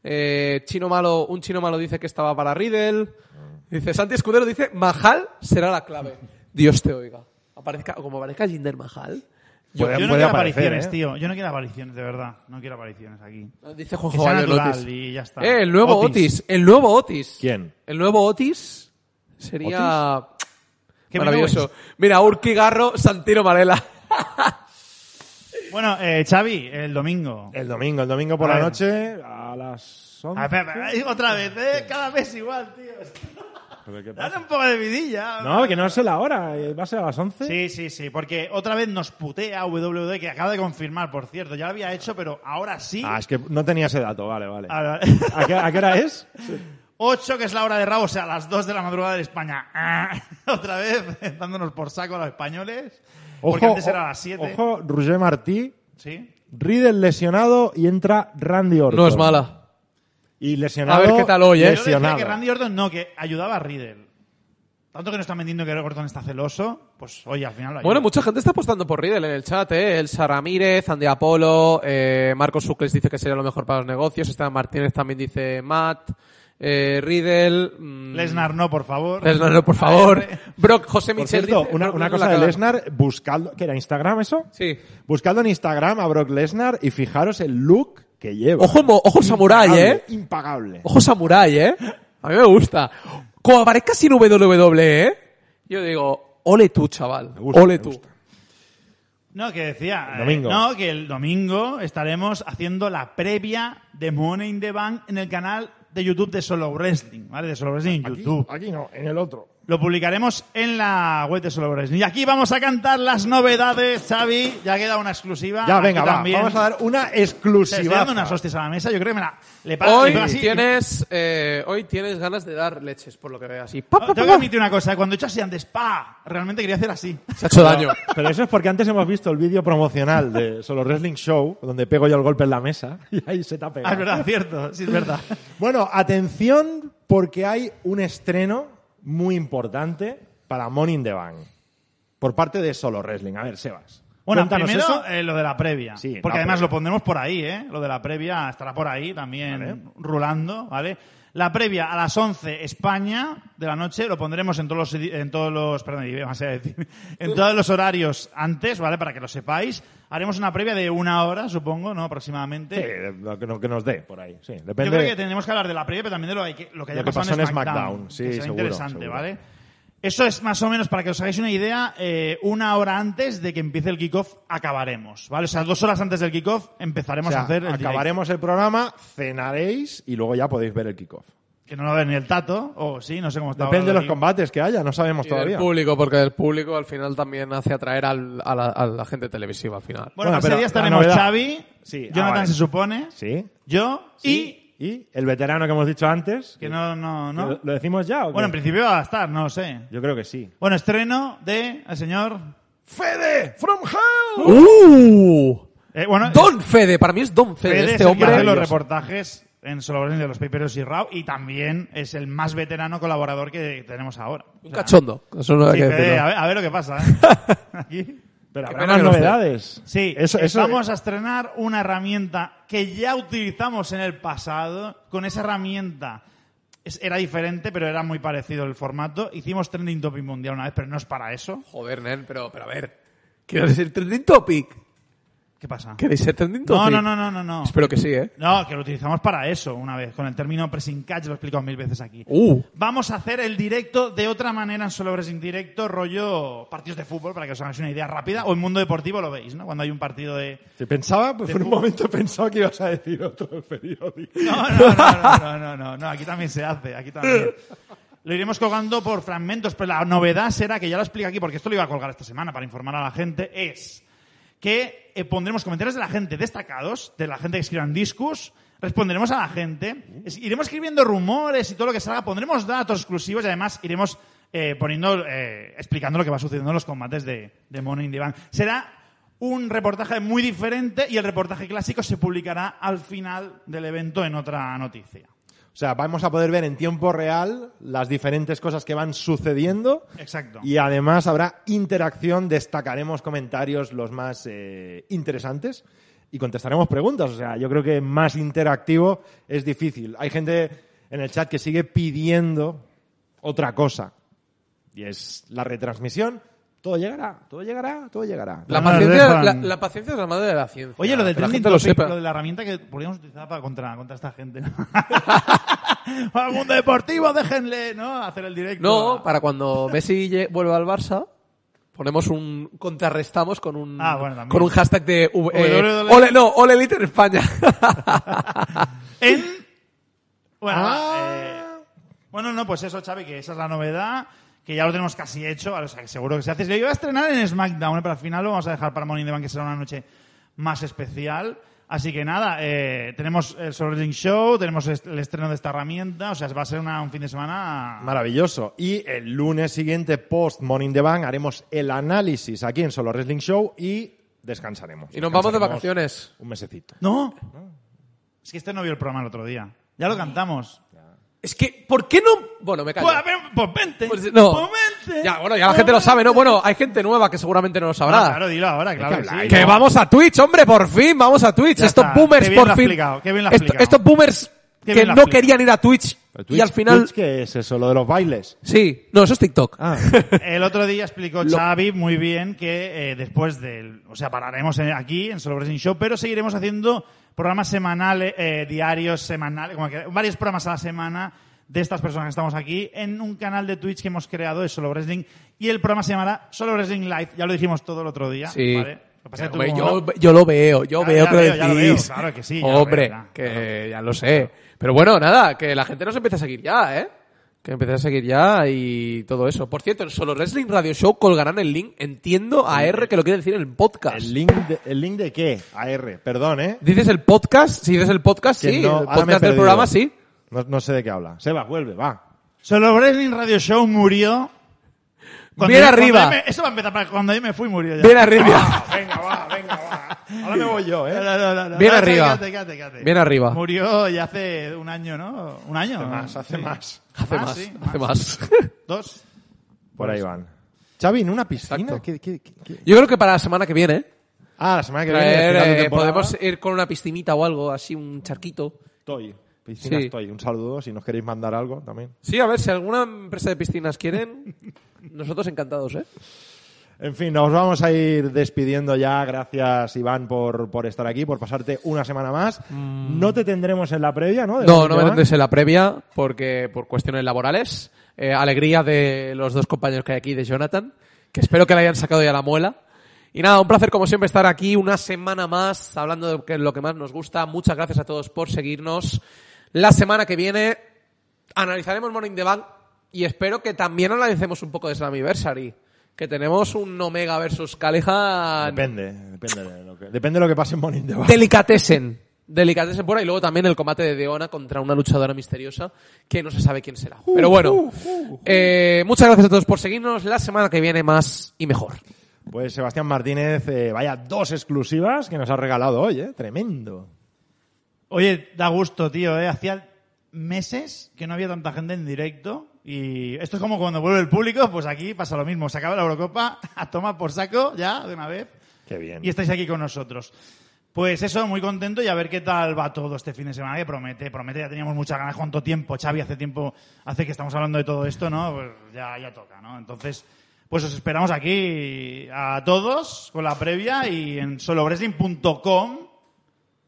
[SPEAKER 2] eh, chino malo, un chino malo dice que estaba para Riddle, dice Santi Escudero dice Mahal será la clave, Dios te oiga, Aparezca- como aparezca Jinder Mahal,
[SPEAKER 1] Puede-
[SPEAKER 3] Yo
[SPEAKER 1] puede
[SPEAKER 3] no quiero
[SPEAKER 1] aparecer,
[SPEAKER 3] apariciones,
[SPEAKER 1] ¿eh?
[SPEAKER 3] tío. Yo no quiero apariciones, de verdad. No quiero apariciones aquí.
[SPEAKER 2] Ah, dice
[SPEAKER 3] Que
[SPEAKER 2] Juanjo
[SPEAKER 3] sea
[SPEAKER 2] Valero
[SPEAKER 3] natural
[SPEAKER 2] Otis.
[SPEAKER 3] y ya está.
[SPEAKER 2] Eh, el nuevo Otis. el nuevo Otis.
[SPEAKER 1] ¿Quién?
[SPEAKER 2] El nuevo Otis sería
[SPEAKER 3] Kevin
[SPEAKER 2] maravilloso. Mira, Urki Garro, Santino Marela.
[SPEAKER 3] Bueno, eh, Xavi, el domingo.
[SPEAKER 1] El domingo, el domingo por
[SPEAKER 3] A
[SPEAKER 1] la
[SPEAKER 3] ver.
[SPEAKER 1] noche a las
[SPEAKER 3] A
[SPEAKER 1] 11.
[SPEAKER 3] ver, espera, espera, otra vez, eh, cada vez igual, tío.
[SPEAKER 1] Joder, ¿qué pasa?
[SPEAKER 3] Dale un poco de vidilla.
[SPEAKER 1] No, que no sé la hora. eh, ¿Va a ser a las 11?
[SPEAKER 3] Sí, sí, sí, porque otra vez nos putea WWE, que acaba de confirmar, por cierto. Ya lo había hecho, pero ahora sí.
[SPEAKER 1] Ah, es que no tenía ese dato. Vale, vale.
[SPEAKER 3] *laughs* Ahora-
[SPEAKER 1] ¿A qué, a qué hora es?
[SPEAKER 3] 8, que es la hora de Raw, o sea, a las 2 de la madrugada de España. *laughs* Ah, otra vez, dándonos por saco a los españoles. *laughs* porque antes era a las 7.
[SPEAKER 1] Ojo, Roger Martí,
[SPEAKER 3] Sí.
[SPEAKER 1] Riddle lesionado y entra Randy Orton.
[SPEAKER 2] No es mala.
[SPEAKER 1] Y lesionado.
[SPEAKER 2] A ver qué tal hoy, ¿eh?
[SPEAKER 3] Yo decía
[SPEAKER 1] Lesionado.
[SPEAKER 3] que Randy Orton no, que ayudaba a Riddle. Tanto que no está vendiendo que Orton está celoso, pues oye, al final lo ayuda.
[SPEAKER 2] Bueno, mucha gente está apostando por Riddle en el chat, ¿eh? El Ramírez, Andy Apolo, eh, Marcos Sucles dice que sería lo mejor para los negocios, Esteban Martínez también dice Matt, eh, Riddle... mm,
[SPEAKER 3] Lesnar no, por favor.
[SPEAKER 2] Lesnar, no, por favor.
[SPEAKER 3] Ay, hombre.
[SPEAKER 2] Brock, José
[SPEAKER 1] Por
[SPEAKER 2] Michel
[SPEAKER 1] cierto,
[SPEAKER 2] dice-
[SPEAKER 1] una,
[SPEAKER 2] Brock
[SPEAKER 1] una
[SPEAKER 2] la
[SPEAKER 1] cosa de
[SPEAKER 2] caga.
[SPEAKER 1] Lesnar, buscando. ¿Qué era Instagram eso?
[SPEAKER 2] Sí.
[SPEAKER 1] Buscando en Instagram a Brock Lesnar y fijaros el look que lleva.
[SPEAKER 2] Ojo, mo- ojo samurái,
[SPEAKER 1] Impagable,
[SPEAKER 2] ¿eh?
[SPEAKER 1] Impagable.
[SPEAKER 2] Ojo Samurai, ¿eh? A mí me gusta. Como aparezca sin WWE, ¿eh? yo digo, ole tú, chaval.
[SPEAKER 1] Me gusta,
[SPEAKER 2] ole
[SPEAKER 1] me
[SPEAKER 2] tú.
[SPEAKER 1] gusta.
[SPEAKER 3] No, que decía.
[SPEAKER 1] El
[SPEAKER 3] eh,
[SPEAKER 1] domingo.
[SPEAKER 3] no, que el domingo estaremos haciendo la previa de Money in the Bank en el canal de YouTube de Solo Wrestling, ¿vale? De Solo Wrestling en
[SPEAKER 1] Aquí-
[SPEAKER 3] YouTube.
[SPEAKER 1] aquí no, en el otro.
[SPEAKER 3] Lo publicaremos en la web de Solo Wrestling. Y aquí vamos a cantar las novedades, Xavi. Ya queda una exclusiva.
[SPEAKER 1] Ya,
[SPEAKER 3] Ah, Aquí
[SPEAKER 1] venga, va,
[SPEAKER 3] también.
[SPEAKER 1] vamos a dar una
[SPEAKER 3] Te
[SPEAKER 1] exclusiva.
[SPEAKER 3] estoy dando unas hostias a la mesa. Yo creo que me la... Le pago- le
[SPEAKER 2] Hoy
[SPEAKER 3] pago así.
[SPEAKER 2] tienes, eh, hoy tienes ganas de dar leches, por lo que veo así.
[SPEAKER 3] No, Tengo que admitir una cosa. Cuando he hecho así antes, pa, realmente quería
[SPEAKER 1] *laughs*
[SPEAKER 3] hacer así.
[SPEAKER 2] Se ha hecho daño.
[SPEAKER 1] Pero eso es porque antes hemos visto el vídeo promocional de Solo Wrestling Show, donde pego yo el golpe en la mesa *laughs* y ahí se te ha
[SPEAKER 3] Ah,
[SPEAKER 1] pegado.
[SPEAKER 3] es verdad, cierto. Sí, es verdad.
[SPEAKER 1] Bueno, atención porque hay un estreno muy importante para Money in the Bank por parte de Solo Wrestling. A ver, Sebas.
[SPEAKER 3] Bueno,
[SPEAKER 1] cuéntanos
[SPEAKER 3] primero
[SPEAKER 1] eso.
[SPEAKER 3] eh, lo de la previa.
[SPEAKER 1] Sí,
[SPEAKER 3] porque
[SPEAKER 1] la
[SPEAKER 3] además
[SPEAKER 1] previa.
[SPEAKER 3] lo pondremos por ahí, ¿eh? Lo de la previa estará por ahí también
[SPEAKER 1] Vale.
[SPEAKER 3] rulando, ¿vale? La previa a las 11 España de la noche lo pondremos en todos los edi- en todos los perdón, iba a decir,
[SPEAKER 1] *laughs*
[SPEAKER 3] en todos los horarios antes, ¿vale? Para que lo sepáis. Haremos una previa de una hora, supongo, ¿no? Aproximadamente.
[SPEAKER 1] Sí, lo que, lo que nos dé por ahí. Sí, depende.
[SPEAKER 3] Yo creo que tenemos que hablar de la previa, pero también de lo, hay que- lo que haya
[SPEAKER 1] Lo que
[SPEAKER 3] pasado
[SPEAKER 1] pasó
[SPEAKER 3] en
[SPEAKER 1] en
[SPEAKER 3] SmackDown.
[SPEAKER 1] SmackDown, sí,
[SPEAKER 3] que será
[SPEAKER 1] seguro,
[SPEAKER 3] interesante,
[SPEAKER 1] seguro.
[SPEAKER 3] ¿vale? Eso es más o menos, para que os hagáis una idea, eh, una hora antes de que empiece el kickoff acabaremos, ¿vale? O sea, dos horas antes del kickoff
[SPEAKER 1] O
[SPEAKER 3] empezaremos
[SPEAKER 1] sea,
[SPEAKER 3] a hacer el
[SPEAKER 1] acabaremos el programa, cenaréis y luego ya podéis ver el kickoff.
[SPEAKER 3] direct. Que no lo va a ver ni el Tato, o sí, no sé cómo está.
[SPEAKER 1] Depende de
[SPEAKER 3] ahora
[SPEAKER 1] los
[SPEAKER 3] aquí.
[SPEAKER 1] combates que haya, no sabemos
[SPEAKER 2] Y del
[SPEAKER 1] todavía.
[SPEAKER 2] público, porque del público al final también hace atraer al- a, la, a la gente televisiva al final.
[SPEAKER 1] Bueno,
[SPEAKER 3] Bueno, para ese
[SPEAKER 1] pero
[SPEAKER 3] día
[SPEAKER 1] la
[SPEAKER 3] estaremos
[SPEAKER 1] novedad.
[SPEAKER 3] Xavi,
[SPEAKER 1] Sí, ah,
[SPEAKER 3] Jonathan
[SPEAKER 1] vale.
[SPEAKER 3] se supone,
[SPEAKER 1] Sí.
[SPEAKER 3] yo
[SPEAKER 1] Sí. Y el veterano que hemos dicho antes.
[SPEAKER 3] y... Que no, no, no.
[SPEAKER 1] ¿Lo, lo decimos ya? o qué?
[SPEAKER 3] Bueno, en principio va a estar, no lo sé.
[SPEAKER 1] Yo creo que sí.
[SPEAKER 3] Bueno, estreno de el señor...
[SPEAKER 1] ¡Fede! ¡From Hell!
[SPEAKER 2] ¡Uh!
[SPEAKER 3] eh, bueno,
[SPEAKER 2] Don Fede, para mí es Don Fede,
[SPEAKER 3] Fede es
[SPEAKER 2] este
[SPEAKER 3] el que hace
[SPEAKER 2] hombre.
[SPEAKER 3] los reportajes en Solo Wrestling de los Paperos y Raw y también es el más veterano colaborador que tenemos ahora.
[SPEAKER 2] Un
[SPEAKER 3] O sea,
[SPEAKER 2] cachondo. Eso no hay
[SPEAKER 3] sí,
[SPEAKER 2] que
[SPEAKER 3] Fede,
[SPEAKER 2] decirlo.
[SPEAKER 3] a, ver, a ver lo que pasa.
[SPEAKER 2] *laughs*
[SPEAKER 3] ¿eh? Aquí.
[SPEAKER 1] Pero habrá
[SPEAKER 2] pena
[SPEAKER 1] más
[SPEAKER 2] que no esté.
[SPEAKER 1] novedades.
[SPEAKER 3] Sí,
[SPEAKER 1] Eso,
[SPEAKER 3] eh,
[SPEAKER 1] eso,
[SPEAKER 3] vamos a estrenar una herramienta que ya utilizamos en el pasado. Con esa herramienta es- era diferente, pero era muy parecido el formato. Hicimos Trending Topic Mundial una vez, pero no es para eso.
[SPEAKER 2] Joder, Nen, pero, pero a ver. Quiero decir, trending topic.
[SPEAKER 3] ¿Qué pasa?
[SPEAKER 2] ¿Queréis ser trending
[SPEAKER 3] No,
[SPEAKER 2] topic?
[SPEAKER 3] no, no, no, no, no.
[SPEAKER 2] Espero que sí, ¿eh?
[SPEAKER 3] No, que lo utilizamos para eso una vez. Con el término pressing catch lo he explicado mil veces aquí.
[SPEAKER 2] Uh,
[SPEAKER 3] Vamos a hacer el directo de otra manera en solo pressing directo, rollo partidos de fútbol, para que os hagáis una idea rápida. O en mundo deportivo lo veis, ¿no? Cuando hay un partido de.
[SPEAKER 1] Se pensaba, pues por un momento pensaba que ibas a decir otro *laughs* periódico.
[SPEAKER 3] No, no, no, no, no, no, no, aquí también se hace, aquí también. Lo iremos colgando por fragmentos, pero la novedad será, que ya lo explico aquí, porque esto lo iba a colgar esta semana para informar a la gente, es que eh, pondremos comentarios de la gente destacados, de la gente que escriba en Discus, responderemos a la gente, es- iremos escribiendo rumores y todo lo que salga, pondremos datos exclusivos y además iremos eh, poniendo, eh, explicando lo que va sucediendo en los combates de, de Money in the Bank. Será un reportaje muy diferente y el reportaje clásico se publicará al final del evento en otra noticia.
[SPEAKER 1] O sea, vamos a poder ver en tiempo real las diferentes cosas que van sucediendo.
[SPEAKER 3] Exacto.
[SPEAKER 1] Y además habrá interacción, destacaremos comentarios los más eh, interesantes y contestaremos preguntas. O sea, yo creo que más interactivo es difícil. Hay gente en el chat que sigue pidiendo otra cosa y es la retransmisión. Todo llegará, todo llegará, todo llegará.
[SPEAKER 2] la,
[SPEAKER 3] Bueno,
[SPEAKER 2] paciencia,
[SPEAKER 3] dejan-
[SPEAKER 2] la, la paciencia es la madre de la ciencia.
[SPEAKER 3] Oye, lo del
[SPEAKER 2] Que la gente
[SPEAKER 3] trending
[SPEAKER 2] lo
[SPEAKER 3] topic,
[SPEAKER 2] sepa.
[SPEAKER 3] lo de la herramienta que podríamos utilizar para contra, contra esta gente. *laughs* Para el mundo deportivo, déjenle, ¿no? Hacer el directo.
[SPEAKER 2] No, para cuando Messi lle- vuelva al Barça, ponemos un contrarrestamos con un
[SPEAKER 3] Ah, bueno, también. E.
[SPEAKER 2] con un hashtag de V- eh,
[SPEAKER 3] WWW.
[SPEAKER 2] ole, no, ole elite en
[SPEAKER 3] *laughs*
[SPEAKER 2] España.
[SPEAKER 3] En... Bueno,
[SPEAKER 1] Ah.
[SPEAKER 3] eh, bueno, no, pues eso, Xavi, que esa es la novedad, que ya lo tenemos casi hecho, o sea, que seguro que se hace. Lo iba a estrenar en SmackDown, ¿eh? pero al final lo vamos a dejar para Morning the Bank, que será una noche más especial. Así que nada, eh, tenemos el Soul Ring Show, tenemos est- el estreno de esta herramienta, o sea, va a ser una- un fin de semana...
[SPEAKER 1] Maravilloso. Y el lunes siguiente, post Morning the Bank, haremos el análisis aquí en Solo Wrestling Show y descansaremos.
[SPEAKER 2] y nos vamos de
[SPEAKER 1] Descansaremos
[SPEAKER 2] vacaciones.
[SPEAKER 1] Un mesecito.
[SPEAKER 3] No. Es que este no vio el programa el otro día. Ya lo cantamos.
[SPEAKER 2] Es que, ¿por qué no? Bueno, me callo.
[SPEAKER 3] Pues, a ver, pues vente.
[SPEAKER 2] Pues, no.
[SPEAKER 3] Pues vente.
[SPEAKER 2] Ya, bueno, ya la
[SPEAKER 3] Pues
[SPEAKER 2] gente lo sabe, ¿no?
[SPEAKER 3] vente.
[SPEAKER 2] Bueno, hay gente nueva que seguramente no lo
[SPEAKER 3] Ah,
[SPEAKER 2] sabrá.
[SPEAKER 3] claro, dilo ahora, claro.
[SPEAKER 1] que
[SPEAKER 3] sí.
[SPEAKER 1] habláis.
[SPEAKER 2] Que vamos a Twitch, hombre, por fin, vamos a Twitch.
[SPEAKER 3] Ya
[SPEAKER 2] estos
[SPEAKER 3] está,
[SPEAKER 2] boomers,
[SPEAKER 3] qué bien
[SPEAKER 2] por
[SPEAKER 3] lo has
[SPEAKER 2] fin.
[SPEAKER 3] explicado, qué bien lo has
[SPEAKER 2] Esto-
[SPEAKER 3] explicado.
[SPEAKER 2] estos boomers
[SPEAKER 3] Qué
[SPEAKER 2] que
[SPEAKER 3] bien lo has
[SPEAKER 2] no
[SPEAKER 3] explicado.
[SPEAKER 2] querían ir a Twitch,
[SPEAKER 1] Pero
[SPEAKER 2] y
[SPEAKER 1] Twitch-
[SPEAKER 2] al final.
[SPEAKER 1] Twitch, ¿Qué es eso? Lo de los bailes.
[SPEAKER 2] Sí, no, eso es TikTok.
[SPEAKER 1] Ah.
[SPEAKER 3] El otro día explicó Xavi muy bien que eh, después del... O sea, pararemos en- aquí en Solo Wrestling Show, pero seguiremos haciendo programas semanales, eh, diarios, semanales, como que- varios programas a la semana de estas personas que estamos aquí en un canal de Twitch que hemos creado de Solo Wrestling y el programa se llamará Solo Wrestling Live. Ya lo dijimos todo el otro día.
[SPEAKER 2] Sí.
[SPEAKER 3] ¿vale? Lo que pasa es que tú
[SPEAKER 2] Hombre,
[SPEAKER 3] como
[SPEAKER 2] yo,
[SPEAKER 3] no-
[SPEAKER 2] yo lo veo, yo
[SPEAKER 3] Ya,
[SPEAKER 2] veo
[SPEAKER 3] ya
[SPEAKER 2] que lo
[SPEAKER 3] veo, ya lo veo,
[SPEAKER 2] decís.
[SPEAKER 3] claro que sí, ya lo
[SPEAKER 2] Hombre,
[SPEAKER 3] veo, ya,
[SPEAKER 2] que ya lo sé. Pero bueno, nada, que la gente nos empiece a seguir ya, ¿eh? Que empiece a seguir ya y todo eso. Por cierto, en Solo Wrestling Radio Show colgarán el link, entiendo a R que lo quiere decir en el podcast.
[SPEAKER 1] ¿El link, de, ¿El link de qué? AR, perdón, ¿eh?
[SPEAKER 2] ¿Dices el podcast? Si dices el podcast,
[SPEAKER 1] Que
[SPEAKER 2] sí.
[SPEAKER 1] no- ahora
[SPEAKER 2] el
[SPEAKER 1] me he
[SPEAKER 2] podcast del
[SPEAKER 1] perdido.
[SPEAKER 2] programa, sí.
[SPEAKER 1] No, no sé de qué habla. Seba, vuelve, va.
[SPEAKER 3] Solo Wrestling Radio Show murió.
[SPEAKER 2] Bien
[SPEAKER 3] yo-
[SPEAKER 2] arriba.
[SPEAKER 3] cuando yo me- eso va a empezar para cuando yo me fui murió ya.
[SPEAKER 2] Bien
[SPEAKER 3] *laughs*
[SPEAKER 2] arriba.
[SPEAKER 1] Venga, va, venga, va. Ahora me voy yo,
[SPEAKER 3] No,
[SPEAKER 1] ¿eh?
[SPEAKER 3] no, no, no, no,
[SPEAKER 2] Bien
[SPEAKER 3] no,
[SPEAKER 2] arriba.
[SPEAKER 3] quédate, quédate, quédate.
[SPEAKER 2] Bien arriba.
[SPEAKER 3] Murió ya hace un año, ¿no? Un año.
[SPEAKER 1] Más, hace
[SPEAKER 3] Sí.
[SPEAKER 1] más.
[SPEAKER 2] Hace más,
[SPEAKER 3] sí,
[SPEAKER 2] hace
[SPEAKER 3] más.
[SPEAKER 2] más. *laughs*
[SPEAKER 3] Dos.
[SPEAKER 1] Por ahí van. Xavi, ¿en una piscina?
[SPEAKER 2] Exacto.
[SPEAKER 1] ¿Qué- qué- qué- qué?
[SPEAKER 2] Yo creo que para la semana que viene, eh,
[SPEAKER 1] Ah, la semana que viene.
[SPEAKER 2] traer,
[SPEAKER 1] final de
[SPEAKER 2] eh,
[SPEAKER 1] temporada.
[SPEAKER 2] podemos ir con una piscinita o algo, así un charquito.
[SPEAKER 1] Toy. Piscina
[SPEAKER 2] Sí.
[SPEAKER 1] Toy. Un saludo si nos queréis mandar algo también.
[SPEAKER 2] Sí, a ver, si alguna empresa de piscinas quieren, nosotros encantados, ¿eh?
[SPEAKER 1] En fin, nos vamos a ir despidiendo ya. Gracias, Iván, por, por estar aquí, por pasarte una semana más. No te tendremos en la previa, ¿no? De
[SPEAKER 2] No,
[SPEAKER 1] Morning
[SPEAKER 2] no
[SPEAKER 1] the
[SPEAKER 2] me
[SPEAKER 1] Bank.
[SPEAKER 2] tendréis en la previa porque por cuestiones laborales. Eh, alegría de los dos compañeros que hay aquí, de Jonathan, que espero que le hayan sacado ya la muela. Y nada, un placer como siempre estar aquí una semana más hablando de lo que- lo que más nos gusta. Muchas gracias a todos por seguirnos. La semana que viene analizaremos Morning the Bank y espero que también analicemos un poco de Slammiversary. Que tenemos un Omega versus Callihan
[SPEAKER 1] Depende, depende de lo que, depende de lo que pase en Morning the Bank.
[SPEAKER 2] Delicatessen. Delicatessen pura y luego también el combate de Deona contra una luchadora misteriosa que no se sabe quién será.
[SPEAKER 1] Uh,
[SPEAKER 2] Pero bueno, eh, muchas gracias a todos por seguirnos. La semana que viene más y mejor.
[SPEAKER 1] Pues Sebastián Martínez, eh, vaya dos exclusivas que nos ha regalado hoy, ¿eh? Tremendo.
[SPEAKER 3] Oye, da gusto, tío, ¿eh? Hacía meses que no había tanta gente en directo. Y esto es como cuando vuelve el público, pues aquí pasa lo mismo. Se acaba la Eurocopa, *laughs* a tomar por saco ya de una vez.
[SPEAKER 1] Qué bien.
[SPEAKER 3] y estáis aquí con nosotros. Pues eso, muy contento y a ver qué tal va todo este fin de semana, que promete, promete, ya teníamos muchas ganas, cuánto tiempo, Xavi, hace tiempo, hace que estamos hablando de todo esto, ¿no? Pues ya, ya toca, ¿no? Entonces, Pues os esperamos aquí a todos con la previa y en solowrestling.com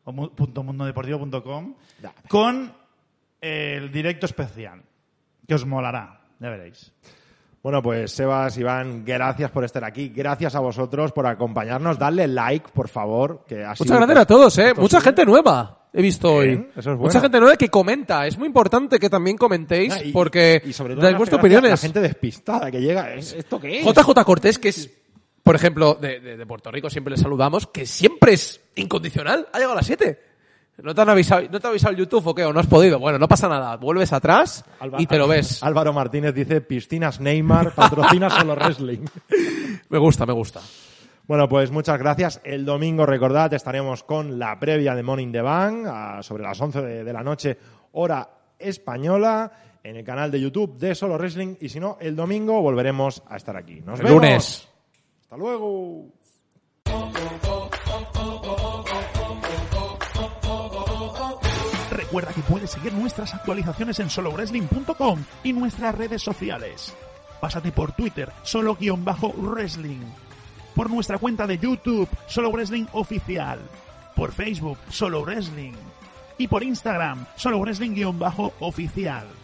[SPEAKER 3] o mu- punto mundodeportivo.com con el directo especial que os molará, ya veréis.
[SPEAKER 1] Bueno, pues Sebas, Iván, gracias por estar aquí. Gracias a vosotros por acompañarnos. Dadle like, por favor. Que ha sido-
[SPEAKER 2] Muchas gracias a todos, ¿eh? Mucha gente nueva he visto hoy.
[SPEAKER 1] pues, Bien, eso es bueno.
[SPEAKER 2] Mucha gente nueva que comenta. Es muy importante que también comentéis
[SPEAKER 1] Ah, y-
[SPEAKER 2] porque
[SPEAKER 1] y sobre todo
[SPEAKER 2] dais
[SPEAKER 1] la
[SPEAKER 2] vuestras
[SPEAKER 1] gracia a
[SPEAKER 2] opiniones.
[SPEAKER 1] La gente despistada que llega. ¿Es- ¿Esto qué es?
[SPEAKER 2] JJ Cortés, que es, por ejemplo, de, de- de Puerto Rico, siempre le saludamos, que siempre es incondicional, ha llegado a las 7. ¿No te, han avisado, ¿No te ha avisado el YouTube o qué? ¿O no has podido? Bueno, no pasa nada. Vuelves atrás
[SPEAKER 1] Alba- Ah.
[SPEAKER 2] y te lo ves.
[SPEAKER 1] Álvaro Martínez dice, piscinas Neymar, patrocina solo
[SPEAKER 2] *laughs*
[SPEAKER 1] wrestling.
[SPEAKER 2] Me gusta, me gusta.
[SPEAKER 1] Bueno, pues muchas gracias. El domingo, recordad, estaremos con la previa de Morning the Bank a- sobre las 11 de, de la noche, hora española, en el canal de YouTube de Solo Wrestling. Y si no, el domingo volveremos a estar aquí. Nos
[SPEAKER 2] El
[SPEAKER 1] vemos.
[SPEAKER 2] lunes.
[SPEAKER 1] Hasta luego.
[SPEAKER 4] Recuerda que puedes seguir nuestras actualizaciones en solowrestling.com y nuestras redes sociales. Pásate por Twitter, solo-wrestling. Por nuestra cuenta de YouTube, Solo Wrestling Oficial. Por Facebook, Solo Wrestling. Y por Instagram, Solo Wrestling-oficial.